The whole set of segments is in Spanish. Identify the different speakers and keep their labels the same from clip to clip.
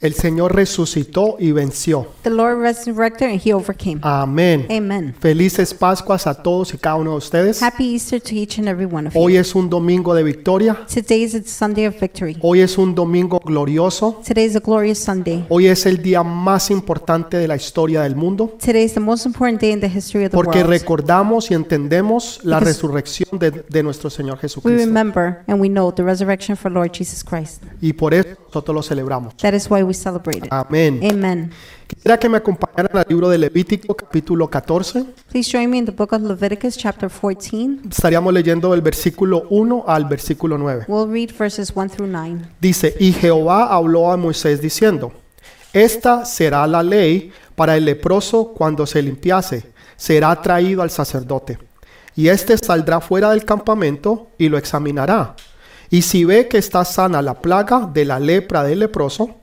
Speaker 1: El Señor resucitó y venció.
Speaker 2: The Lord resurrected and he overcame.
Speaker 1: Amén.
Speaker 2: Amen.
Speaker 1: Felices Pascuas a todos y cada uno de ustedes.
Speaker 2: Happy Easter to each and every one of you.
Speaker 1: Hoy es un domingo de victoria.
Speaker 2: Today is a Sunday of victory.
Speaker 1: Hoy es un domingo glorioso.
Speaker 2: Today is a glorious Sunday.
Speaker 1: Hoy es el día más importante de la historia del mundo
Speaker 2: Today is the most important day in the history of the
Speaker 1: porque
Speaker 2: world.
Speaker 1: recordamos y entendemos la
Speaker 2: Because-
Speaker 1: resurrección de, de nuestro Señor
Speaker 2: We
Speaker 1: Jesucristo.
Speaker 2: remember and we know the resurrection for Lord Jesus Christ.
Speaker 1: Y por eso nosotros lo celebramos.
Speaker 2: That is why we celebrate it.
Speaker 1: Amén.
Speaker 2: Amen.
Speaker 1: Quisiera que me acompañaran al libro de Levítico capítulo 14.
Speaker 2: Please join me in the book of Leviticus, chapter 14.
Speaker 1: Estaríamos leyendo del versículo 1 al versículo 9.
Speaker 2: We'll read verses 1 through 9.
Speaker 1: Dice, y Jehová habló a Moisés diciendo, Esta será la ley para el leproso cuando se limpiase, será traído al sacerdote. Y éste saldrá fuera del campamento y lo examinará. Y si ve que está sana la plaga de la lepra del leproso,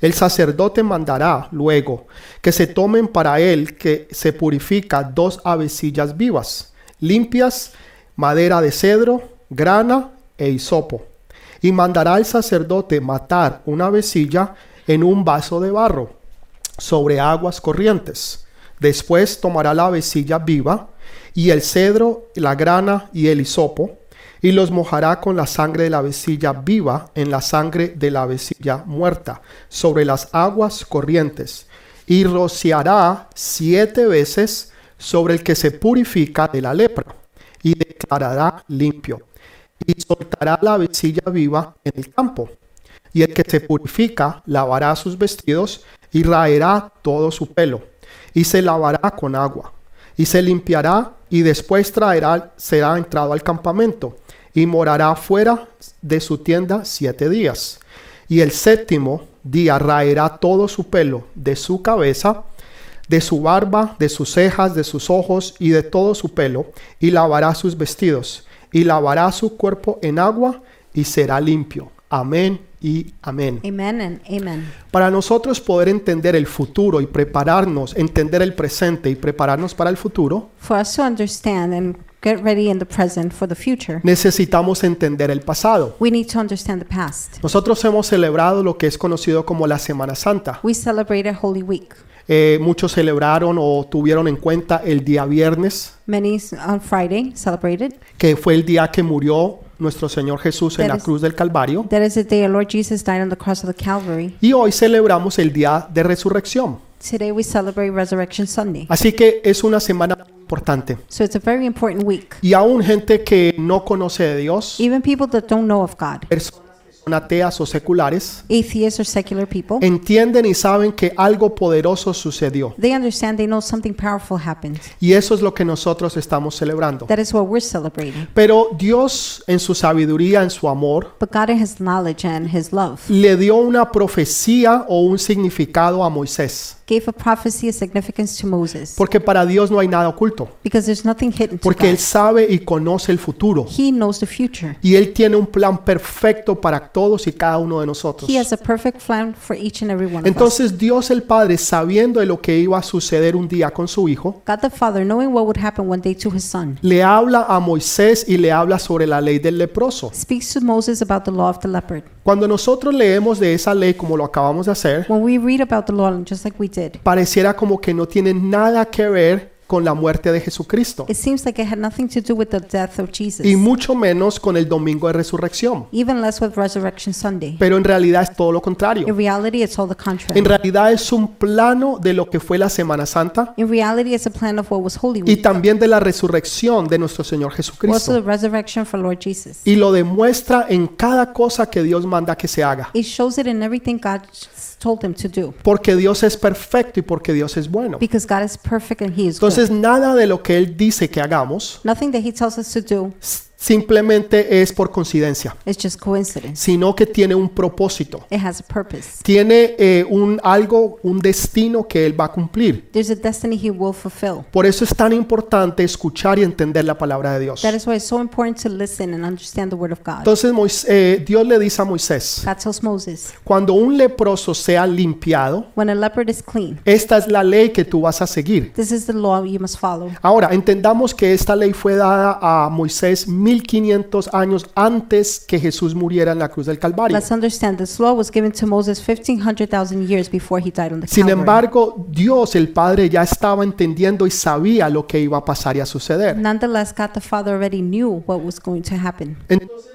Speaker 1: el sacerdote mandará luego que se tomen para él que se purifica dos avecillas vivas, limpias, madera de cedro, grana e hisopo. Y mandará el sacerdote matar una avecilla en un vaso de barro sobre aguas corrientes. Después tomará la avecilla viva y el cedro, la grana y el hisopo y los mojará con la sangre de la avecilla viva en la sangre de la avecilla muerta sobre las aguas corrientes y rociará siete veces sobre el que se purifica de la lepra y declarará limpio y soltará la avecilla viva en el campo y el que se purifica lavará sus vestidos y raerá todo su pelo, y se lavará con agua, y se limpiará, y después traerá, será entrado al campamento, y morará fuera de su tienda siete días. Y el séptimo día raerá todo su pelo de su cabeza, de su barba, de sus cejas, de sus ojos y de todo su pelo, y lavará sus vestidos, y lavará su cuerpo en agua, y será limpio. Amén y amén.
Speaker 2: Amen and amen.
Speaker 1: Para nosotros poder entender el futuro y prepararnos, entender el presente y prepararnos para el futuro,
Speaker 2: For us to understand and get ready in the present for the future,
Speaker 1: necesitamos entender el pasado.
Speaker 2: we need to understand the past.
Speaker 1: Nosotros hemos celebrado lo que es conocido como la Semana Santa.
Speaker 2: We celebrated Holy Week.
Speaker 1: Eh, muchos celebraron o tuvieron en cuenta el día viernes,
Speaker 2: Many s- on Friday celebrated.
Speaker 1: que fue el día que murió nuestro Señor Jesús en la cruz del Calvario.
Speaker 2: That is the day our Lord Jesus died on the cross of the Calvary.
Speaker 1: Y hoy celebramos el día de resurrección.
Speaker 2: Today we celebrate Resurrection Sunday.
Speaker 1: Así que es una semana muy importante.
Speaker 2: So it's a very important week.
Speaker 1: Y aún gente que no conoce de Dios,
Speaker 2: Even people that don't know of God,
Speaker 1: personas que son ateas o seculares,
Speaker 2: atheists or secular people,
Speaker 1: entienden y saben que algo poderoso sucedió.
Speaker 2: they understand they know something powerful happened.
Speaker 1: Y eso es lo que nosotros estamos celebrando.
Speaker 2: That is what we're celebrating.
Speaker 1: Pero Dios, en su sabiduría, en su amor,
Speaker 2: But God, in His knowledge and His love,
Speaker 1: le dio una profecía o un significado a Moisés.
Speaker 2: gave a prophecy of significance to Moses
Speaker 1: Porque para Dios no hay nada oculto.
Speaker 2: because there's nothing hidden to
Speaker 1: Porque Él
Speaker 2: God.
Speaker 1: sabe y conoce el futuro.
Speaker 2: He knows the future.
Speaker 1: Y Él tiene un plan perfecto para todos y cada uno de nosotros.
Speaker 2: He has a perfect plan for each and every one of us.
Speaker 1: Entonces Dios el Padre, sabiendo de lo que iba a suceder un día con su hijo,
Speaker 2: God the Father, knowing what would happen one day to His Son,
Speaker 1: le habla a Moisés y le habla sobre la ley del leproso.
Speaker 2: speaks to Moses about the law of the leopard.
Speaker 1: Cuando nosotros leemos de esa ley como lo acabamos de hacer,
Speaker 2: When we read about the law, just like we did,
Speaker 1: pareciera como que no tiene nada que ver con la muerte de Jesucristo
Speaker 2: It seems like it had nothing to do with the death of Jesus,
Speaker 1: y mucho menos con el domingo de resurrección.
Speaker 2: even less with Resurrection Sunday.
Speaker 1: Pero en realidad es todo lo contrario.
Speaker 2: In reality, it's all the
Speaker 1: En
Speaker 2: contrary.
Speaker 1: realidad es un plano de lo que fue la Semana Santa
Speaker 2: In reality, it's a plan of what was Holy
Speaker 1: y
Speaker 2: Week,
Speaker 1: también de la resurrección de nuestro Señor
Speaker 2: also
Speaker 1: Jesucristo.
Speaker 2: the resurrection for Lord Jesus.
Speaker 1: Y lo demuestra en cada cosa que Dios manda que se haga.
Speaker 2: It shows it in everything God s- told him to do,
Speaker 1: Porque Dios es perfecto y porque Dios es bueno.
Speaker 2: because God is perfect and He is good.
Speaker 1: Entonces nada de lo que Él dice que hagamos
Speaker 2: Nothing that He tells us to do
Speaker 1: s- simplemente es por coincidencia.
Speaker 2: is just coincidence.
Speaker 1: sino que tiene un propósito.
Speaker 2: It has a purpose.
Speaker 1: Tiene eh, un algo, un destino que él va a cumplir.
Speaker 2: There's a destiny He will fulfill.
Speaker 1: Por eso es tan importante escuchar y entender la palabra de Dios.
Speaker 2: That is why it's so important to listen and understand the Word of God.
Speaker 1: Entonces Mois- eh, Dios le dice a Moisés,
Speaker 2: God tells Moses,
Speaker 1: cuando un leproso sea limpiado,
Speaker 2: when a leopard is clean,
Speaker 1: esta es la ley que tú vas a seguir.
Speaker 2: this is the law you must follow.
Speaker 1: Ahora, entendamos que esta ley fue dada a Moisés 1500 años antes que Jesús muriera en la cruz del Calvario.
Speaker 2: Let's understand this law was given to Moses 1500,000 years before he died on the
Speaker 1: Sin
Speaker 2: Calvary.
Speaker 1: embargo, Dios el Padre ya estaba entendiendo y sabía lo que iba a pasar y a suceder.
Speaker 2: Nonetheless, God the Father already knew what was going to happen.
Speaker 1: Entonces,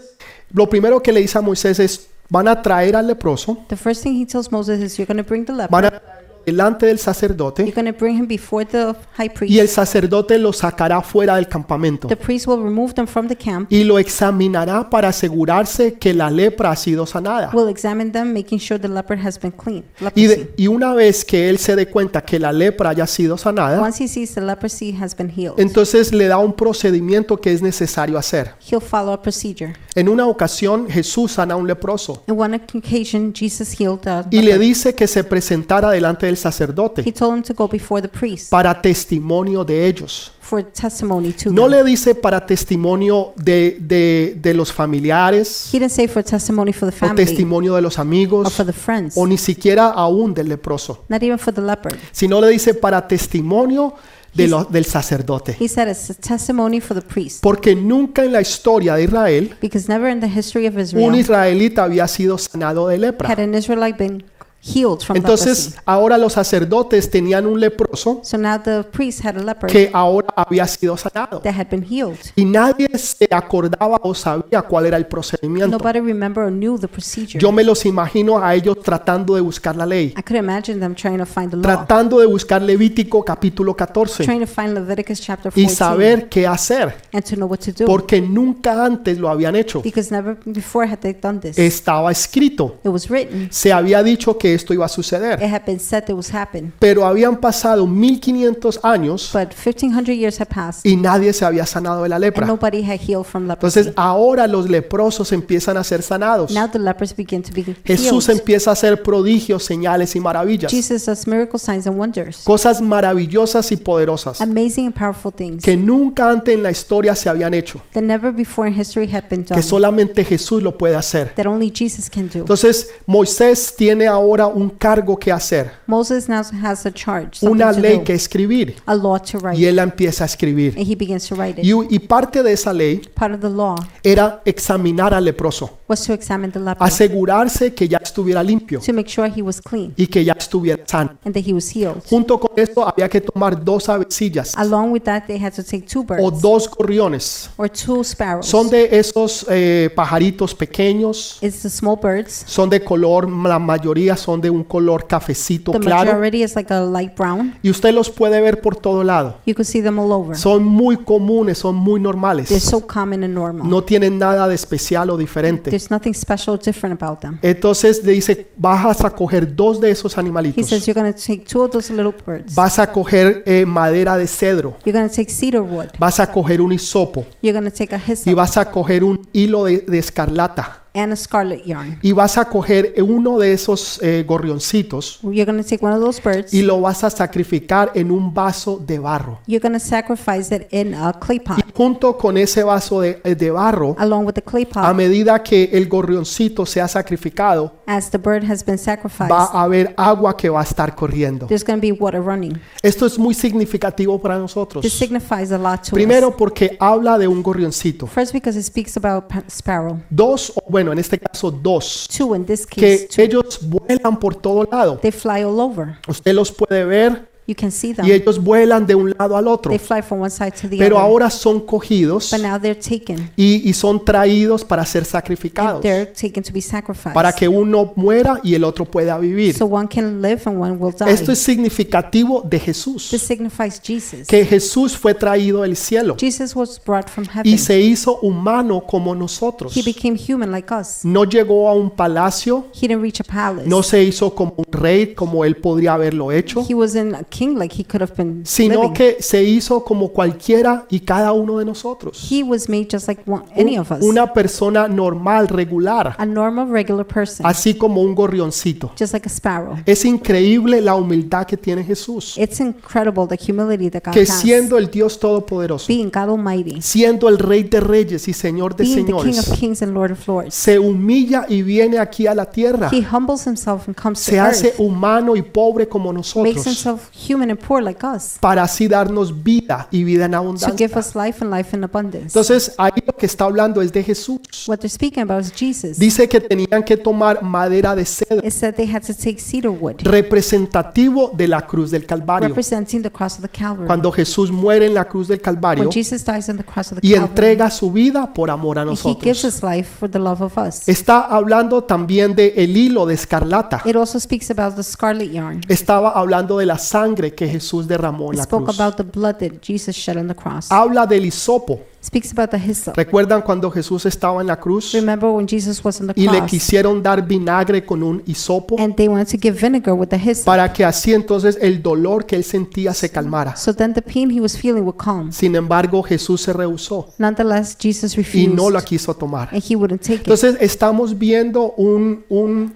Speaker 1: lo primero que le dice a Moisés es, van a traer al leproso,
Speaker 2: The first thing he tells Moses is, You're going to bring the
Speaker 1: van
Speaker 2: leper,
Speaker 1: a traerlo delante del
Speaker 2: you're
Speaker 1: sacerdote
Speaker 2: going to bring him before the high
Speaker 1: y el
Speaker 2: priest.
Speaker 1: sacerdote lo sacará fuera del campamento
Speaker 2: The priest will remove them from the camp,
Speaker 1: y lo examinará para asegurarse que la lepra ha sido sanada.
Speaker 2: will examine them, making sure the leper has been clean.
Speaker 1: Y,
Speaker 2: Leprosy.
Speaker 1: de- y una vez que él se dé cuenta que la lepra haya sido sanada,
Speaker 2: Once he sees the leprosy has been healed,
Speaker 1: entonces le da un procedimiento que es necesario hacer.
Speaker 2: he'll follow a procedure.
Speaker 1: En una ocasión Jesús sana a un leproso
Speaker 2: On one occasion, Jesus healed uh, a
Speaker 1: y le
Speaker 2: leper.
Speaker 1: dice que se presentara delante del
Speaker 2: He
Speaker 1: sacerdote
Speaker 2: told him to go before the priest
Speaker 1: para testimonio de ellos.
Speaker 2: for testimony to
Speaker 1: No
Speaker 2: them.
Speaker 1: le dice para testimonio de, de- de los familiares
Speaker 2: He didn't say for testimony for the
Speaker 1: o
Speaker 2: family
Speaker 1: testimonio de los
Speaker 2: or
Speaker 1: amigos
Speaker 2: for the friends,
Speaker 1: o ni siquiera aún del leproso,
Speaker 2: not even for the leper.
Speaker 1: sino le dice para testimonio de lo- del sacerdote.
Speaker 2: He said it's a testimony for the priest
Speaker 1: Porque nunca en la historia de Israel
Speaker 2: because never in the history of
Speaker 1: un
Speaker 2: Israel
Speaker 1: israelita había sido sanado de
Speaker 2: had
Speaker 1: lepra.
Speaker 2: an Israelite been healed from
Speaker 1: Entonces,
Speaker 2: leprosy.
Speaker 1: ahora los sacerdotes tenían un leproso
Speaker 2: So now the priest had a leper
Speaker 1: que ahora había sido sanado.
Speaker 2: that had been healed.
Speaker 1: Y nadie se acordaba o sabía cuál era el procedimiento.
Speaker 2: Nobody remembered or knew the procedure.
Speaker 1: Yo me los imagino a ellos tratando de buscar la ley,
Speaker 2: I could imagine them trying to find the law,
Speaker 1: tratando de buscar Levítico capítulo 14
Speaker 2: trying to find Leviticus chapter
Speaker 1: y
Speaker 2: 14
Speaker 1: saber qué hacer,
Speaker 2: and to know what to do
Speaker 1: porque nunca antes lo habían hecho.
Speaker 2: because never before had they done this. It
Speaker 1: Estaba escrito,
Speaker 2: was written.
Speaker 1: se había dicho que esto iba a suceder,
Speaker 2: It had been said that was happened.
Speaker 1: pero habían pasado 1500 años
Speaker 2: But 1500 years had passed
Speaker 1: y nadie se había sanado de la
Speaker 2: and
Speaker 1: lepra.
Speaker 2: nobody had healed from leprosy.
Speaker 1: Entonces ahora los leprosos empiezan a ser sanados.
Speaker 2: Now the lepers begin to be
Speaker 1: Jesús
Speaker 2: healed.
Speaker 1: empieza a hacer prodigios, señales y maravillas.
Speaker 2: Jesus does miracles, signs, and wonders.
Speaker 1: Cosas maravillosas y poderosas
Speaker 2: Amazing and powerful things
Speaker 1: que nunca antes en la historia se habían hecho,
Speaker 2: that never before in history had been done,
Speaker 1: que solamente Jesús lo puede hacer.
Speaker 2: that only Jesus can do.
Speaker 1: Entonces Moisés tiene ahora un cargo que hacer,
Speaker 2: Moses now has a charge, something
Speaker 1: una
Speaker 2: to
Speaker 1: ley
Speaker 2: do,
Speaker 1: que escribir
Speaker 2: a law to write,
Speaker 1: y él la empieza a escribir.
Speaker 2: and he begins to write it.
Speaker 1: Y, y parte de esa ley
Speaker 2: Part of the law
Speaker 1: era examinar al leproso,
Speaker 2: was to examine the leper
Speaker 1: asegurarse que ya estuviera limpio
Speaker 2: to make sure he was clean
Speaker 1: y que ya estuviera sano.
Speaker 2: and that he was healed.
Speaker 1: Junto con esto había que tomar dos avecillas
Speaker 2: Along with that, they had to take two
Speaker 1: o
Speaker 2: birds
Speaker 1: dos gorriones.
Speaker 2: or two sparrows.
Speaker 1: Son de esos eh, pajaritos pequeños,
Speaker 2: It's the small birds.
Speaker 1: son de color, la mayoría son de un color cafecito
Speaker 2: The
Speaker 1: claro
Speaker 2: majority is like a light brown.
Speaker 1: y usted los puede ver por todo lado.
Speaker 2: You could see them all over.
Speaker 1: Son muy comunes, son muy
Speaker 2: They're
Speaker 1: normales.
Speaker 2: so common and normal.
Speaker 1: No tienen nada de especial o diferente.
Speaker 2: There's nothing special or different about them.
Speaker 1: Entonces le dice, vas a coger dos de esos
Speaker 2: He says
Speaker 1: animalitos.
Speaker 2: you're going to take two of those little birds.
Speaker 1: Vas a coger eh, madera de cedro,
Speaker 2: You're going to take cedar wood.
Speaker 1: vas a coger un hisopo
Speaker 2: You're going to take a
Speaker 1: y
Speaker 2: hyssop
Speaker 1: vas a coger un hilo de- de escarlata.
Speaker 2: and a scarlet yarn.
Speaker 1: y vas a coger uno de esos eh, gorrioncitos
Speaker 2: You're going to take one of those birds.
Speaker 1: y lo vas a sacrificar en un vaso de barro.
Speaker 2: You're going to sacrifice it in a clay
Speaker 1: Y
Speaker 2: pot.
Speaker 1: junto con ese vaso de, eh, de barro,
Speaker 2: Along with the clay
Speaker 1: a
Speaker 2: pot,
Speaker 1: medida que el gorrioncito sea sacrificado,
Speaker 2: as the bird has been
Speaker 1: va
Speaker 2: sacrificed,
Speaker 1: a haber agua que va a estar corriendo.
Speaker 2: there's going to be water running.
Speaker 1: Esto es muy significativo para nosotros.
Speaker 2: This signifies a lot to us.
Speaker 1: Primero porque habla de un gorrioncito.
Speaker 2: First, because it speaks about pa- sparrow.
Speaker 1: Dos, o bueno, en este caso dos,
Speaker 2: Two, in this
Speaker 1: que
Speaker 2: case, two.
Speaker 1: ellos vuelan por todo lado.
Speaker 2: They fly all over.
Speaker 1: Usted los puede ver
Speaker 2: You can see
Speaker 1: y
Speaker 2: them.
Speaker 1: ellos vuelan de un lado al otro.
Speaker 2: They fly from one side to the
Speaker 1: Pero
Speaker 2: other.
Speaker 1: ahora son cogidos
Speaker 2: But now they're taken.
Speaker 1: y, y son traídos para ser sacrificados,
Speaker 2: They're taken to be sacrificed.
Speaker 1: para que uno muera y el otro pueda vivir.
Speaker 2: So one can live and one will die.
Speaker 1: Esto es significativo de Jesús,
Speaker 2: this signifies Jesus.
Speaker 1: que Jesús fue traído del cielo
Speaker 2: Jesus was brought from heaven.
Speaker 1: y se hizo humano como nosotros.
Speaker 2: He became human like us.
Speaker 1: No llegó a un palacio,
Speaker 2: He didn't reach a palace.
Speaker 1: no se hizo como un rey, como él podría haberlo hecho,
Speaker 2: He wasn't a king like he could have been
Speaker 1: sino
Speaker 2: living.
Speaker 1: que se hizo como cualquiera y cada uno de nosotros.
Speaker 2: he was made just like one, any of us.
Speaker 1: Una persona normal, regular,
Speaker 2: a normal, regular person.
Speaker 1: así como un gorrioncito.
Speaker 2: just like a sparrow.
Speaker 1: Es increíble la humildad que tiene Jesús,
Speaker 2: It's incredible the humility that God
Speaker 1: que
Speaker 2: has.
Speaker 1: siendo el Dios Todopoderoso,
Speaker 2: being God Almighty.
Speaker 1: siendo el Rey de Reyes y Señor de
Speaker 2: Being the King
Speaker 1: Señores,
Speaker 2: of kings and Lord of lords.
Speaker 1: se humilla y viene aquí a la tierra,
Speaker 2: He humbles himself and comes
Speaker 1: se
Speaker 2: to
Speaker 1: hace
Speaker 2: earth.
Speaker 1: humano y pobre como
Speaker 2: Makes
Speaker 1: nosotros,
Speaker 2: himself human and poor like us,
Speaker 1: para así darnos vida y vida en
Speaker 2: to give
Speaker 1: abundancia.
Speaker 2: us life and life in abundance.
Speaker 1: Entonces ahí lo que está hablando es de Jesús.
Speaker 2: What they're speaking about is Jesus.
Speaker 1: Dice que tenían que tomar madera de cedro,
Speaker 2: It's that they had to take cedar wood,
Speaker 1: representativo de la cruz del Calvario.
Speaker 2: representing the cross of the Calvary.
Speaker 1: Cuando Jesús muere en la cruz del Calvario
Speaker 2: When Jesus dies on the cross of the
Speaker 1: y
Speaker 2: Calvary,
Speaker 1: entrega su vida por amor a
Speaker 2: He gives
Speaker 1: nosotros.
Speaker 2: us life for the love of us.
Speaker 1: Está hablando también de el hilo de escarlata.
Speaker 2: It also speaks about the scarlet yarn.
Speaker 1: Estaba hablando de la sangre que Jesús derramó en
Speaker 2: It
Speaker 1: la
Speaker 2: spoke
Speaker 1: cruz. Ah.
Speaker 2: about the blood that Jesus shed on the cross.
Speaker 1: Habla del hisopo.
Speaker 2: Speaks about the hyssop.
Speaker 1: ¿Recuerdan cuando Jesús estaba en la cruz
Speaker 2: Remember when Jesus was on the
Speaker 1: y le
Speaker 2: cross
Speaker 1: quisieron dar vinagre con un hisopo
Speaker 2: and they wanted to give vinegar with the hyssop
Speaker 1: para que así entonces el dolor que él sentía se calmara?
Speaker 2: so then the pain he was feeling would calm.
Speaker 1: Sin embargo, Jesús se rehusó
Speaker 2: Nonetheless, Jesus
Speaker 1: y no la
Speaker 2: refused
Speaker 1: quiso tomar.
Speaker 2: and he wouldn't take it.
Speaker 1: Entonces estamos viendo un, un-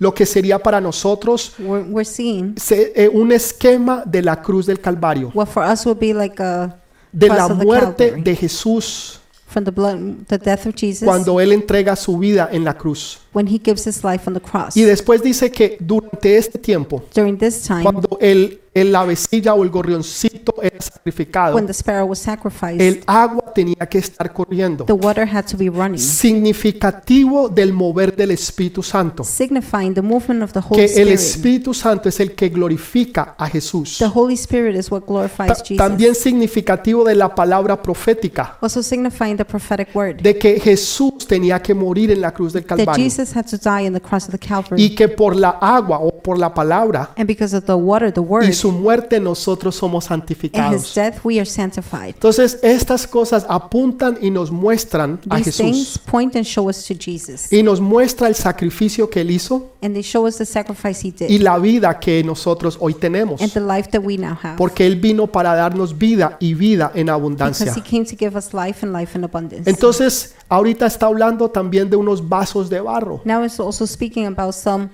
Speaker 1: lo que sería para nosotros
Speaker 2: We're, we're seeing
Speaker 1: se- eh, un esquema de la cruz del Calvario,
Speaker 2: what for us would be like a
Speaker 1: de la
Speaker 2: cross of the
Speaker 1: muerte
Speaker 2: Calvary.
Speaker 1: de Jesús
Speaker 2: From the blood, the death of Jesus
Speaker 1: cuando él entrega su vida en la cruz.
Speaker 2: when he gives his life on the cross.
Speaker 1: Y después dice que durante este tiempo
Speaker 2: During this time,
Speaker 1: cuando el, el avecilla o el gorrioncito era sacrificado,
Speaker 2: when the sparrow was sacrificed,
Speaker 1: el agua tenía que estar corriendo.
Speaker 2: the water had to be running,
Speaker 1: Significativo del mover del Espíritu Santo,
Speaker 2: signifying the movement of the
Speaker 1: que
Speaker 2: Holy
Speaker 1: el
Speaker 2: Spirit.
Speaker 1: Espíritu Santo es el que glorifica a Jesús.
Speaker 2: The Holy Spirit is what glorifies
Speaker 1: Ta-
Speaker 2: Jesus.
Speaker 1: También significativo de la palabra profética,
Speaker 2: Also signifying the prophetic word
Speaker 1: de que Jesús tenía que morir en la cruz del
Speaker 2: that
Speaker 1: Calvario
Speaker 2: Jesus had to die on the cross of the
Speaker 1: y
Speaker 2: Calvary.
Speaker 1: que por la agua o por la palabra
Speaker 2: And because of the water, the word,
Speaker 1: y su muerte nosotros somos
Speaker 2: and his
Speaker 1: santificados.
Speaker 2: death, we are sanctified.
Speaker 1: Entonces estas cosas apuntan y nos muestran a
Speaker 2: These
Speaker 1: Jesús.
Speaker 2: things point and show us to Jesus.
Speaker 1: y nos muestra el sacrificio que él hizo
Speaker 2: And they show us the sacrifice he
Speaker 1: y
Speaker 2: did
Speaker 1: la vida que nosotros hoy tenemos,
Speaker 2: and the life that we now have.
Speaker 1: porque él vino para darnos vida y vida en abundancia.
Speaker 2: Because he came to give us life and life in abundance.
Speaker 1: Entonces, ahorita está hablando también de unos vasos de barro.
Speaker 2: Now it's also speaking about some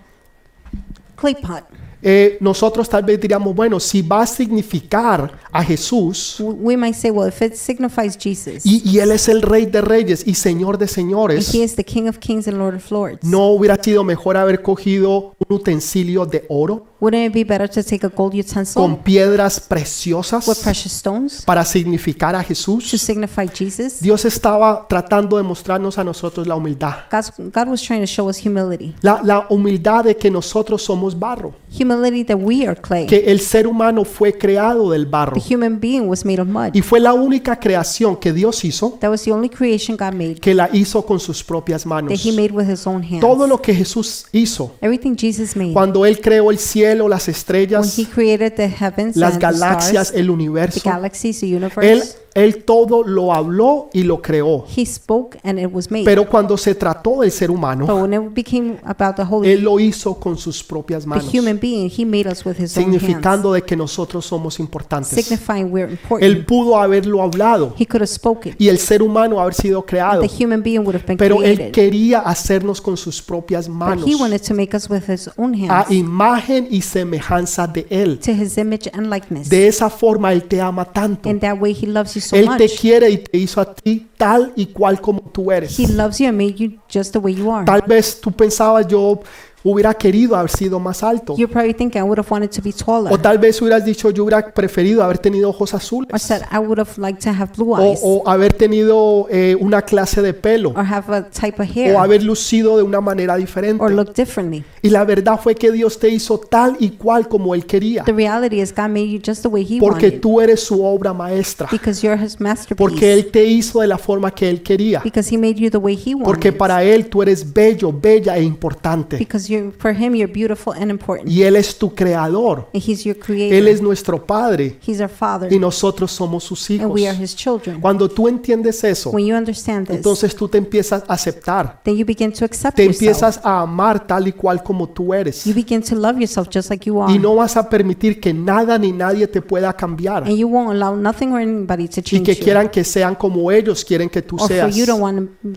Speaker 2: clay pot.
Speaker 1: Eh, nosotros tal vez diríamos, bueno, si va a significar a Jesús
Speaker 2: W- We might say, well, if it signifies Jesus,
Speaker 1: y, y él es el rey de reyes y señor de
Speaker 2: and he
Speaker 1: señores,
Speaker 2: is the King of Kings and Lord of Lords,
Speaker 1: ¿no hubiera sido mejor haber cogido un utensilio de oro
Speaker 2: wouldn't it be better to take a gold
Speaker 1: con
Speaker 2: utensil
Speaker 1: piedras
Speaker 2: with
Speaker 1: preciosas
Speaker 2: Oh. precious stones
Speaker 1: para significar a Jesús?
Speaker 2: to signify Jesus?
Speaker 1: Dios estaba tratando de mostrarnos a nosotros la humildad.
Speaker 2: God's, God was trying to show us humility.
Speaker 1: La, la humildad de que nosotros somos barro,
Speaker 2: Humility that we are clay.
Speaker 1: que el ser humano fue creado del barro
Speaker 2: The human being was made of mud.
Speaker 1: y fue la única creación que Dios hizo
Speaker 2: That was the only creation God made
Speaker 1: que la hizo con sus propias
Speaker 2: that
Speaker 1: manos.
Speaker 2: He made with His own hands.
Speaker 1: Todo lo que Jesús hizo,
Speaker 2: Everything Jesus made,
Speaker 1: cuando Él creó el cielo, las
Speaker 2: when
Speaker 1: estrellas,
Speaker 2: He created the heavens,
Speaker 1: las
Speaker 2: and the stars,
Speaker 1: galaxias, el
Speaker 2: the
Speaker 1: universo,
Speaker 2: galaxies, the
Speaker 1: él,
Speaker 2: universe,
Speaker 1: él todo lo habló y lo creó.
Speaker 2: He spoke and it was made.
Speaker 1: Pero cuando se trató del ser humano,
Speaker 2: but when it became about the Holy,
Speaker 1: Él lo hizo con sus propias
Speaker 2: the
Speaker 1: manos.
Speaker 2: human being, He made us with His own hands,
Speaker 1: significando de que nosotros somos importantes.
Speaker 2: signifying we're important.
Speaker 1: Él pudo haberlo hablado
Speaker 2: he could have spoken.
Speaker 1: y el ser humano haber sido creado,
Speaker 2: The human being would have been
Speaker 1: pero él
Speaker 2: created.
Speaker 1: quería hacernos con sus propias
Speaker 2: But
Speaker 1: manos,
Speaker 2: He wanted to make us with His own
Speaker 1: a
Speaker 2: hands,
Speaker 1: imagen y semejanza de él.
Speaker 2: to His image and likeness.
Speaker 1: De esa forma él te ama tanto.
Speaker 2: and that way He loves you so
Speaker 1: Él te
Speaker 2: much.
Speaker 1: quiere y te hizo a ti tal y cual como tú eres.
Speaker 2: He loves you and made you just the way you are.
Speaker 1: Tal vez tú pensabas yo hubiera querido haber sido más alto.
Speaker 2: You're probably thinking I would have wanted to be taller.
Speaker 1: O tal vez hubieras dicho yo hubiera preferido haber tenido ojos
Speaker 2: or
Speaker 1: azules.
Speaker 2: said I would have liked to have blue eyes
Speaker 1: o, o haber tenido eh, una clase de pelo
Speaker 2: or have a type of hair
Speaker 1: o haber lucido de una manera
Speaker 2: or
Speaker 1: diferente.
Speaker 2: look differently.
Speaker 1: Y la verdad fue que Dios te hizo tal y cual como Él quería,
Speaker 2: The reality is God made you just the way he
Speaker 1: porque
Speaker 2: wanted
Speaker 1: tú eres su obra maestra,
Speaker 2: because you're his
Speaker 1: porque
Speaker 2: masterpiece
Speaker 1: Él te hizo de la forma que Él quería,
Speaker 2: because he made you the way he
Speaker 1: porque
Speaker 2: wanted
Speaker 1: para Él tú eres bello, bella e importante.
Speaker 2: because you for him you're beautiful and important
Speaker 1: Y Él es tu creador,
Speaker 2: and he's your
Speaker 1: Él
Speaker 2: creator.
Speaker 1: es nuestro Padre
Speaker 2: He's our father
Speaker 1: y nosotros somos sus
Speaker 2: and
Speaker 1: hijos.
Speaker 2: we are his children.
Speaker 1: Cuando tú entiendes eso,
Speaker 2: When you understand this,
Speaker 1: entonces tú te empiezas a aceptar,
Speaker 2: then you begin to accept
Speaker 1: te
Speaker 2: yourself.
Speaker 1: empiezas a amar tal y cual como tú eres.
Speaker 2: You begin to love yourself just like you
Speaker 1: y
Speaker 2: are.
Speaker 1: no vas a permitir que nada ni nadie te pueda cambiar
Speaker 2: And you won't allow nothing or anybody to
Speaker 1: y
Speaker 2: change
Speaker 1: que
Speaker 2: you.
Speaker 1: quieran que sean como ellos quieren que tú
Speaker 2: Or for
Speaker 1: seas
Speaker 2: you to want to,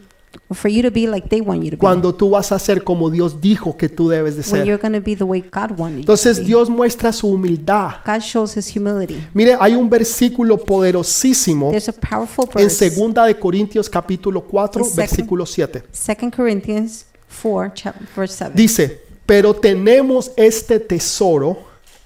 Speaker 2: or for you to be like they want you to be.
Speaker 1: cuando tú vas a ser como Dios dijo que tú debes de
Speaker 2: when
Speaker 1: ser.
Speaker 2: you're going to be the way God wanted you to
Speaker 1: Entonces
Speaker 2: be.
Speaker 1: Dios muestra su humildad.
Speaker 2: God shows his humility.
Speaker 1: Mire, hay un versículo poderosísimo
Speaker 2: There's a powerful
Speaker 1: en
Speaker 2: verse,
Speaker 1: 2 de Corintios capítulo 4,
Speaker 2: En second-
Speaker 1: versículo 7.
Speaker 2: 2 Corinthians 4, chapter, verse 7.
Speaker 1: Dice, pero tenemos este tesoro